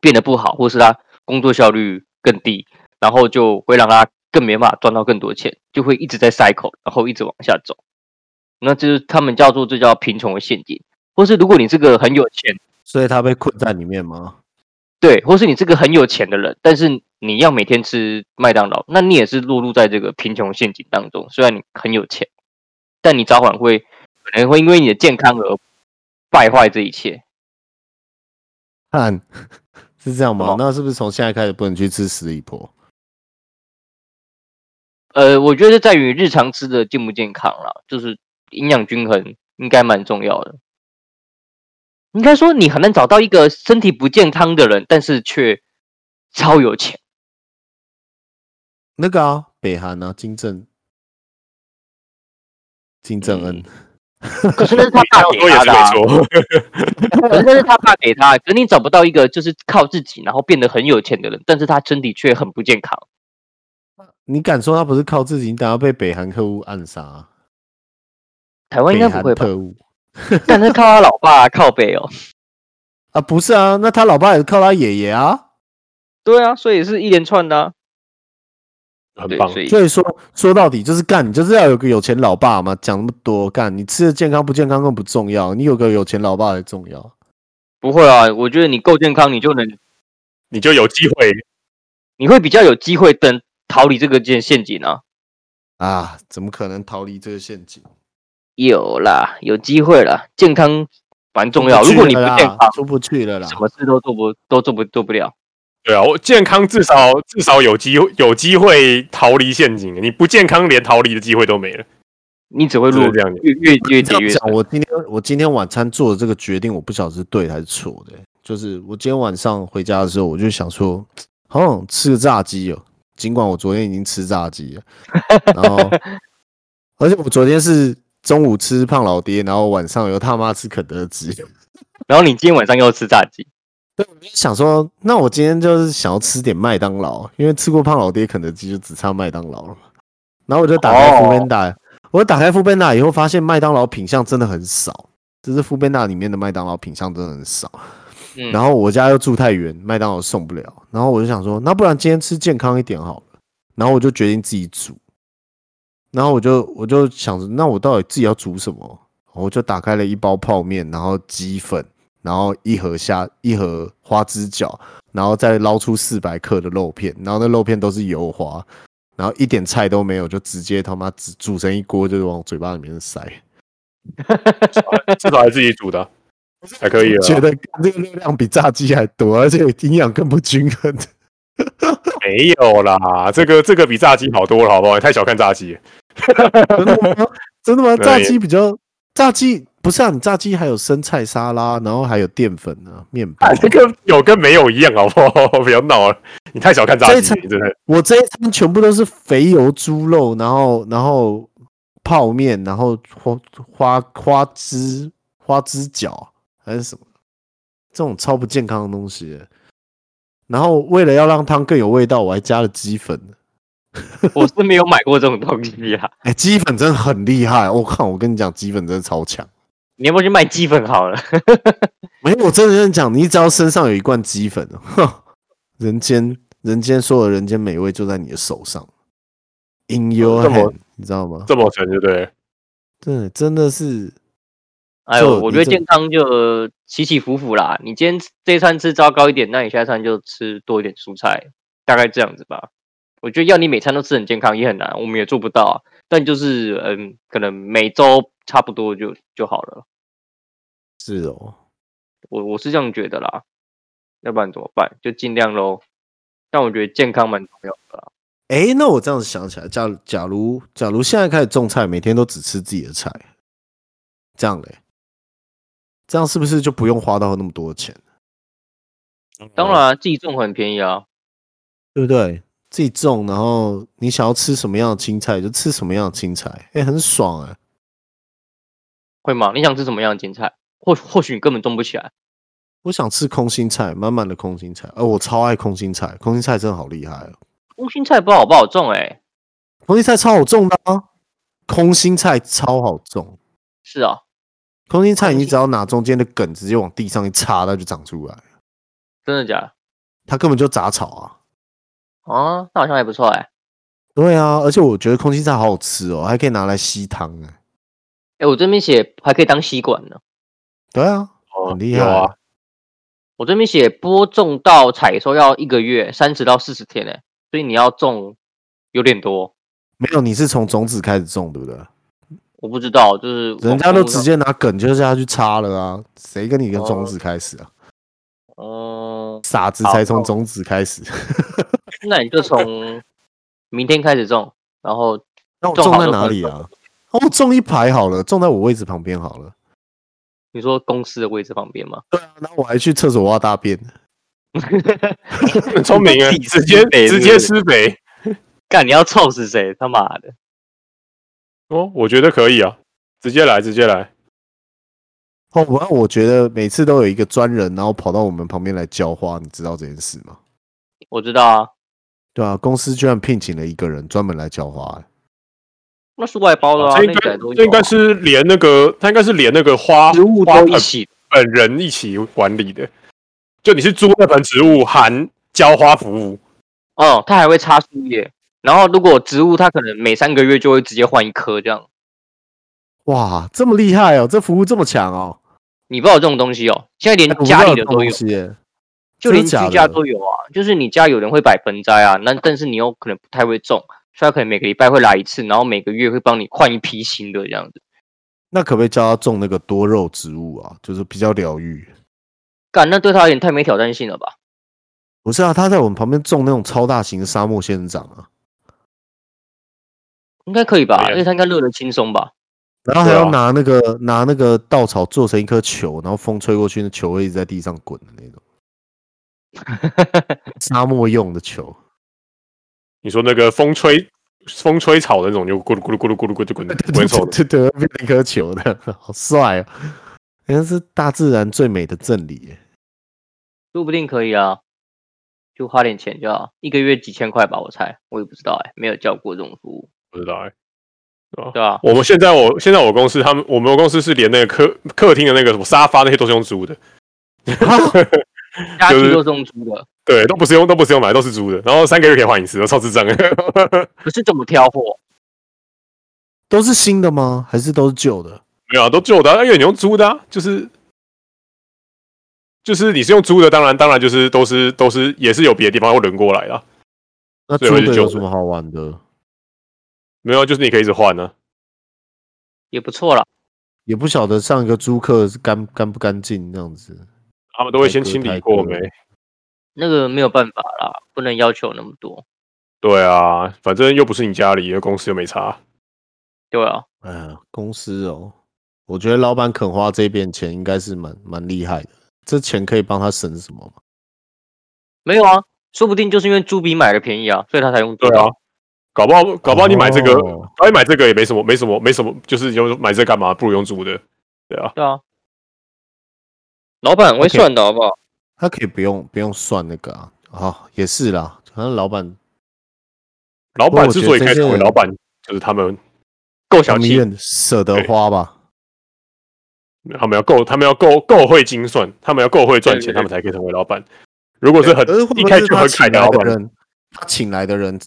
变得不好，或是他工作效率更低，然后就会让他更没办法赚到更多钱，就会一直在 cycle，然后一直往下走。那就是他们叫做这叫贫穷的陷阱，或是如果你是个很有钱，
所以他被困在里面吗？
对，或是你是个很有钱的人，但是你要每天吃麦当劳，那你也是落入在这个贫穷陷阱当中。虽然你很有钱，但你早晚会可能会因为你的健康而败坏这一切。
看 是这样吗
什么？
那是不是从现在开始不能去吃十里坡？
呃，我觉得在于日常吃的健不健康啦，就是营养均衡应该蛮重要的。应该说你很难找到一个身体不健康的人，但是却超有钱。
那个啊，北韩啊，金正金正
嗯
恩，
可是那 是他爸
我
给
也
他
是
的、
没
啊，
错。
可是那是他啊爸给他的。可是你找不到一个就是靠自己然后变得很有钱的人，但是他身体却很不健康。
你敢说他不是靠自己？你等下被北韩特务暗杀啊、
台哦湾应
北
该不
韩
会吧？
特务
但是靠他老爸、靠北哦。
啊，不是啊，那他老爸也是靠他爷爷啊。
对啊，所以是一连串的、啊。
很
对，
棒
所，以
所以说说到底就是干，你就是要有个有钱老爸嘛。讲那么多干，你吃的健康不健康更不重要，你有个有钱老爸才重要。
不会啊，我觉得你够健康，你就能
你就有机会
你会比较有机会等逃离这个陷陷阱啊。
啊，怎么可能逃离这个陷阱？
有啦，有机会啦，健康蛮重要。
出
如
去
果你不
了啦啊
健康，
出不去了啦
什。么事都做不都做不做不了。
对啊，我健康至少至少有机会有机会逃离陷阱，你不健康连逃离的机会都没了，
你只会
就
落
是这样的。
越越越
这
跌越
样
深
讲，我今天我今天晚餐做的这个决定，我不晓得是对还是错的欸、就是我今天晚上回家的时候，我就想说，好想吃个炸鸡哦。尽管我昨天已经吃炸鸡了，然后而且我昨天是中午吃胖老爹，然后晚上又他妈吃肯德基。
然后你今天晚上又吃炸鸡，
对，我就想说，那我今天就是想要吃点麦当劳，因为吃过胖老爹肯德基，就只差麦当劳了嘛。然后我就打开
哦
f o o p 我打开 f o o p 以后发现麦当劳品相真的很少，就是 f o o p 里面的麦当劳品相真的很少。
嗯
然后我家又住太远，麦当劳送不了，然后我就想说，那不然今天吃健康一点好了。然后我就决定自己煮，然后我就我就想着，那我到底自己要煮什么？我就打开了一包泡面，然后鸡粉，然后一盒虾，一盒花枝饺，然后再捞出四百克的肉片，然后那肉片都是油花，然后一点菜都没有，就直接他妈煮煮成一锅，就是往嘴巴里面塞。
至少还自己煮 的啊，还可以了。
觉得干这个热量比炸鸡还多，而且营养更不均衡。
没有啦，这个这个比炸鸡好多了，好不好？你太小看炸 鸡了。
真的吗？真的吗？
对
炸鸡比较炸鸡不是啊，你炸鸡还有生菜沙拉，然后还有淀粉啊，面包
啊。这个有跟没有一样，好不 好？不要闹了，你太小看炸
这一
鸡
层
了，真的。
我这一餐全部都是肥油猪肉，然后然后泡面，然后花花花枝花枝饺还是什么，这种超不健康的东西。然后为了要让汤更有味道，我还加了鸡粉。
我是没有买过这种东西啊。
哎、鸡粉真的很厉害！我、靠，我跟你讲，鸡粉真的超强。
你要不要去卖鸡粉 好了？
没有，我真的认真讲，你只要身上有一罐鸡粉，哼， 人间人间所有人间美味就在你的手上，in your
这么
hand，你知道吗？
这么沉，对不对？
真的真的是
哎
就
呦，
你
我觉得
这
健康就起起伏伏啦。你今天这一餐吃糟糕一点，那你下一餐就吃多一点蔬菜，大概这样子吧。我觉得要你每餐都吃很健康也很难，我们也做不到啊。但就是嗯，可能每周差不多就就好了。
是哦，
我我是这样觉得啦，要不然怎么办？就尽量喽。但我觉得健康蛮重要的啦。
哎，那我这样子想起来，假假如假如现在开始种菜，每天都只吃自己的菜，这样嘞，这样是不是就不用花到那么多钱，
当
哦
然啊、自己种很便宜啊。
对不对？自己种，然后你想要吃什么样的青菜就吃什么样的青菜，哎，很爽哎、
会吗？你想吃什么样的青菜？或或许你根本种不起来。
我想吃空心菜，满满的空心菜。呃，我超爱空心菜，空心菜真的好厉害、哦，
空心菜不好不好种哎、
空心菜超好种的啊，空心菜超好种。
是啊，
空心菜
空
你
心
只要拿中间的梗直接往地上一插，它就长出来，
真的假的？
它根本就杂草啊。
啊，那好像还不错哎、欸。
对啊，而且我觉得空心菜好好吃哦，还可以拿来吸汤哎、
哎、我这边写还可以当吸管呢。
对啊，
哦
很厉害
有啊，
我这边写播种到采收要一个月，三十到四十天哎、所以你要种有点多。
没有，你是从种子开始种，对不对？
我不知道，就是
人
网
家都
网络
直
上
接拿梗就下去插了啊，谁跟你跟种子开始啊？
哦、
傻子
好
才从
好
种子开始。
那你就从明天开始种，然后
那我
种
种
好
在
就
哪
分
里
手
啊？哦我种一排好了，种在我位置旁边好了。
你说公司的位置旁边吗？
对啊，然后我还去厕所挖大便。
很聪明啊，
自己吃
直接
北
直
对
接
不对
施肥
干，你要臭死谁？他妈的！
哦，我觉得可以啊，直接来，直接来。
哦，我我觉得每次都有一个专人，然后跑到我们旁边来浇花，你知道这件事吗？
我知道啊，
对啊，公司居然聘请了一个人专门来浇花、欸
那是外包的
哦
啊，
这应
那
该
改都有啊
这应该是连那个，他应该是连那个
啊
花
植物
花
都一
盆
起。
本人一起管理的，就你是租那盆植物含浇花服务，
哦，它还会插树叶，然后如果植物它可能每三个月就会直接换一颗这样。
哇，这么厉害哦，这服务这么强哦，
你不知道有这种东西哦，现在
哎
连
我不知
嗯家
道
里
有这
的
种
都
东
有，
西欸耶。
就
真的
连居
假
家
的
都有啊。就是你家有人会摆盆栽啊，那但是你又可能不太会种，所以他可能每个礼拜会来一次，然后每个月会帮你换一批新的这样子。
那可不可以叫他种那个多肉植物啊？就是比较疗愈。
干，那对他有点太没挑战性了吧？
不是啊，他在我们旁边种那种超大型的沙漠仙人掌啊，
应该可以吧？
对啊
而且他应该乐得轻松吧？
然后还
对
要
啊
拿那个、拿那个稻草做成一颗球，然后风吹过去，那球会一直在地上滚的那种 沙漠用的球。
你说那个风吹风吹草的那种，就咕噜咕噜咕噜咕噜咕噜就滚滚走
对
的。
对，变成一颗球的，好帅啊！那是大自然最美的赠礼耶。
说不定可以啊，就花点钱就好，一个月几千块吧，我猜，我也不知道哎、没有叫过这种服务，
不知道哎、欸，
对啊吧、
我们现在我现在我公司他们我们公司是连那个客客厅的那个什么沙发那些都是用租的，
啊
家
就
具
是
都是用租的，
对，都不是用都不是用买，都是租的。然后三个月可以换一次，超智障 的。
可是怎么挑货？
都是新的吗？还是都是旧的？
没有、啊，都旧的、啊，因为你用租的、啊，就是就是你是用租的，当然当然就是都是都是也是有别的地方会轮过来啦。
那
对
租
我是
的
旧
有
的
什么好玩的？
没有啊，就是你可以一直换呢、
也不错啦，
也不晓得上一个租客是干干不干净这样子。
他们都会先清理过没
太？
那个没有办法啦，不能要求那么多，
对啊，反正又不是你家里，公司又没差。
对啊，
哎呀，公司哦，我觉得老板肯花这边钱应该是蛮蛮厉害的。这钱可以帮他省什么吗？
没有啊，说不定就是因为租比买的便宜啊，所以他才用租
对啊，，搞不好搞不好你买这个，
哦
搞不好你买这个也没什么没什么没什么，就是有买这个干嘛？不如用租的。对啊，
对啊，老板很会
OK
算的好不好
他可以不用不用算那个啊。哦，也是啦，反正老板
老
不过
板
我
之
觉得
所以可
这
以
些
成为
人
老板，就是他们
够
他
小
们
气，
愿舍得花吧。
他们要够，他们要够够会精算，他们要够会赚
对对
钱，
对
他们才可以成为老板。如果是很
可是会
一
不
开
会
始
是
就
他
很凯
请
的
来
老
的
板，
人，他请来的人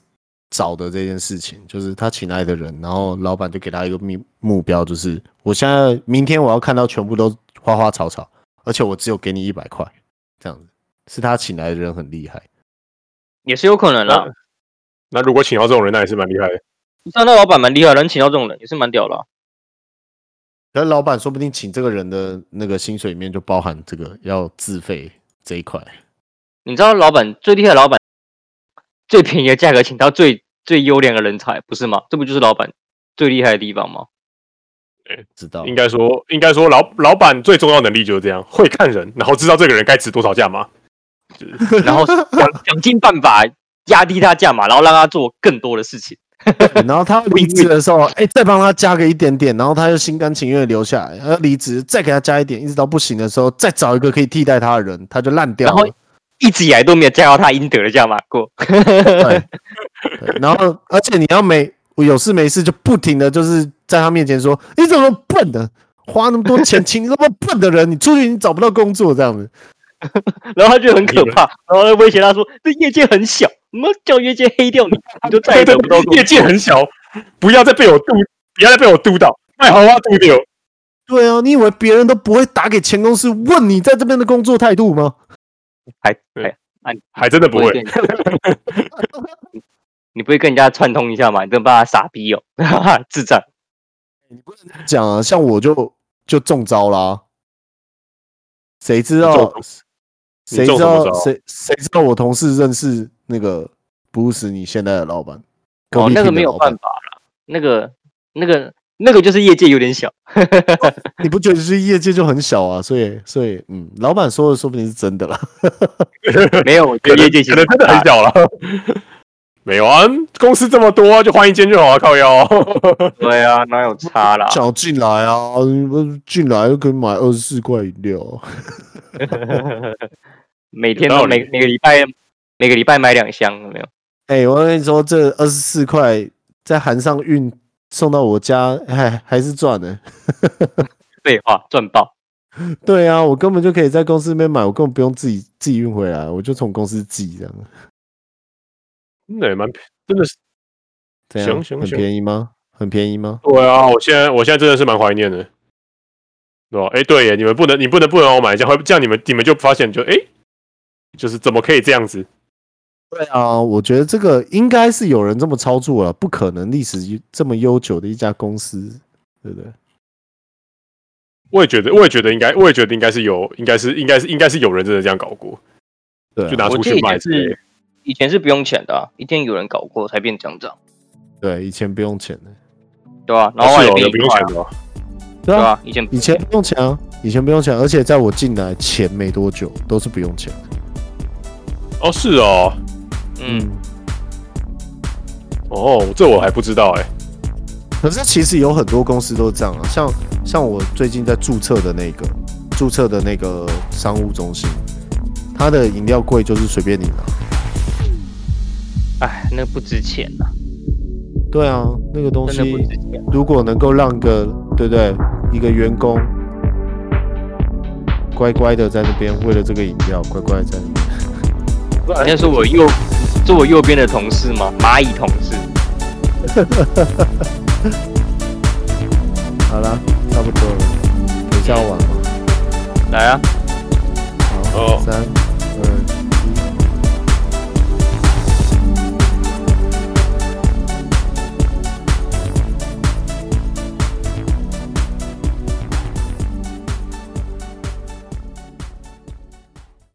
找的这件事情，就是他请来的人，然后老板就给他一个目目标，就是我现在明天我要看到全部都花花草草，而且我只有给你一百块，这样子是他请来的人很厉害，
也是有可能啦
那。那如果请到这种人，那也是蛮
哦
厉害的。
像那老板蛮厉害，能请到这种人也是蛮屌的啊、
但老板说不定请这个人的那个薪水里面就包含这个要自费这一块，
你知道老板最厉害，的老板最便宜的价格请到最最优良的人才，不是吗？这不就是老板最厉害的地方吗？
知道
应该说，应该说老老板最重要的能力就是这样，会看人，然后知道这个人该值多少价码。
然后想想尽办法压低他价码，然后让他做更多的事情。
然后他离职 的时候，哎、再帮他加个一点点，然后他就心甘情愿地留下来。他离职再给他加一点，一直到不行的时候，再找一个可以替代他的人，他就烂掉
然后
了。
一直以来都没有加到他应得的价码过。
对，对然后而且你要没有事没事就不停的就是在他面前说，你怎么笨的，花那么多钱 请那么笨的人，你出去你找不到工作这样子。
然后他就很可怕，然后他威胁他说：“这业界很小，我们叫业界黑掉你，你就再也得不到工
业界很小，不要再被我渡，不要再被我渡到，卖豪华渡掉。
对啊，你以为别人都不会打给前公司问你在这边的工作态度吗？
还
对
还
还真的 不 会，
跟人家哎 你不会跟人家串通一下吗？你真把他傻逼哦， 智障！
讲啊，像我就就中招啦、谁知
你中
道？
你
谁
中
知
什么
道
招啊
谁谁知道我同事认识那个布鲁斯你现在的老板？
哦，那个没有办
法，
法啦，那个那个那个就是业界有点小，
你不觉得是业界就很小啊？所以所以嗯，老板说的说不定是真的啦。
没有，我觉得业界其
可能
实
真的很小了。 没有啊，公司这么多、就换一间就好了、靠腰。
对啊，哪有差啦？
想进来啊，进来就可以买二十四块饮料。啊
每
有
天
道
都
理
每每个礼拜每个礼拜买两箱，有没有？
哎、我跟你说，这二十四块再含上运送到我家，还还是赚的、
废话，赚爆！
对啊，我根本就可以在公司那边买，我根本不用自己自己运回来，我就从公司寄这样。
那也蛮，真的是
这样
行行
很
行
便宜吗？很便宜吗？
对啊。我现在我现在真的是蛮怀念的，对吧？哎，对耶，你们不能，你不能不能让我买，这样会这样你们你们就发现就哎，就是怎么可以这样子？
对啊，我觉得这个应该是有人这么操作了，不可能历史这么悠久的一家公司，对不对？
我也觉得，我也觉得应该，我也觉得应该是有，应该是应该是应该是有人真的这样搞过，
对啊、
就拿
我
出
记得
去
以
卖
前
之类的
是以前是不用钱的、啊，一定有人搞过才变成这样，
对，以前不用钱的，
对吧、然
啊
后后
是
来
有
变
的
一
不用
块
钱
啊，
的吗，
对
对吧、
啊，
以前不
以前不用钱啊，以前不用钱，而且在我进来前没多久都是不用钱的。
哦，是哦，
嗯，
哦，这我还不知道哎、
可是其实有很多公司都是这样啊，像像我最近在注册的那个注册的那个商务中心，它的饮料柜就是随便你拿。
哎，那不值钱呐、
对啊，那个东
真的不
西
值钱。
如果能够让个对不对一个员工乖乖的在那边为了这个饮料乖乖地在那边，
人家是我右，是我右边的同事吗？蚂蚁同事。
好啦，差不多了，等一下要玩吗？
来啊，
好，
哦
三二一。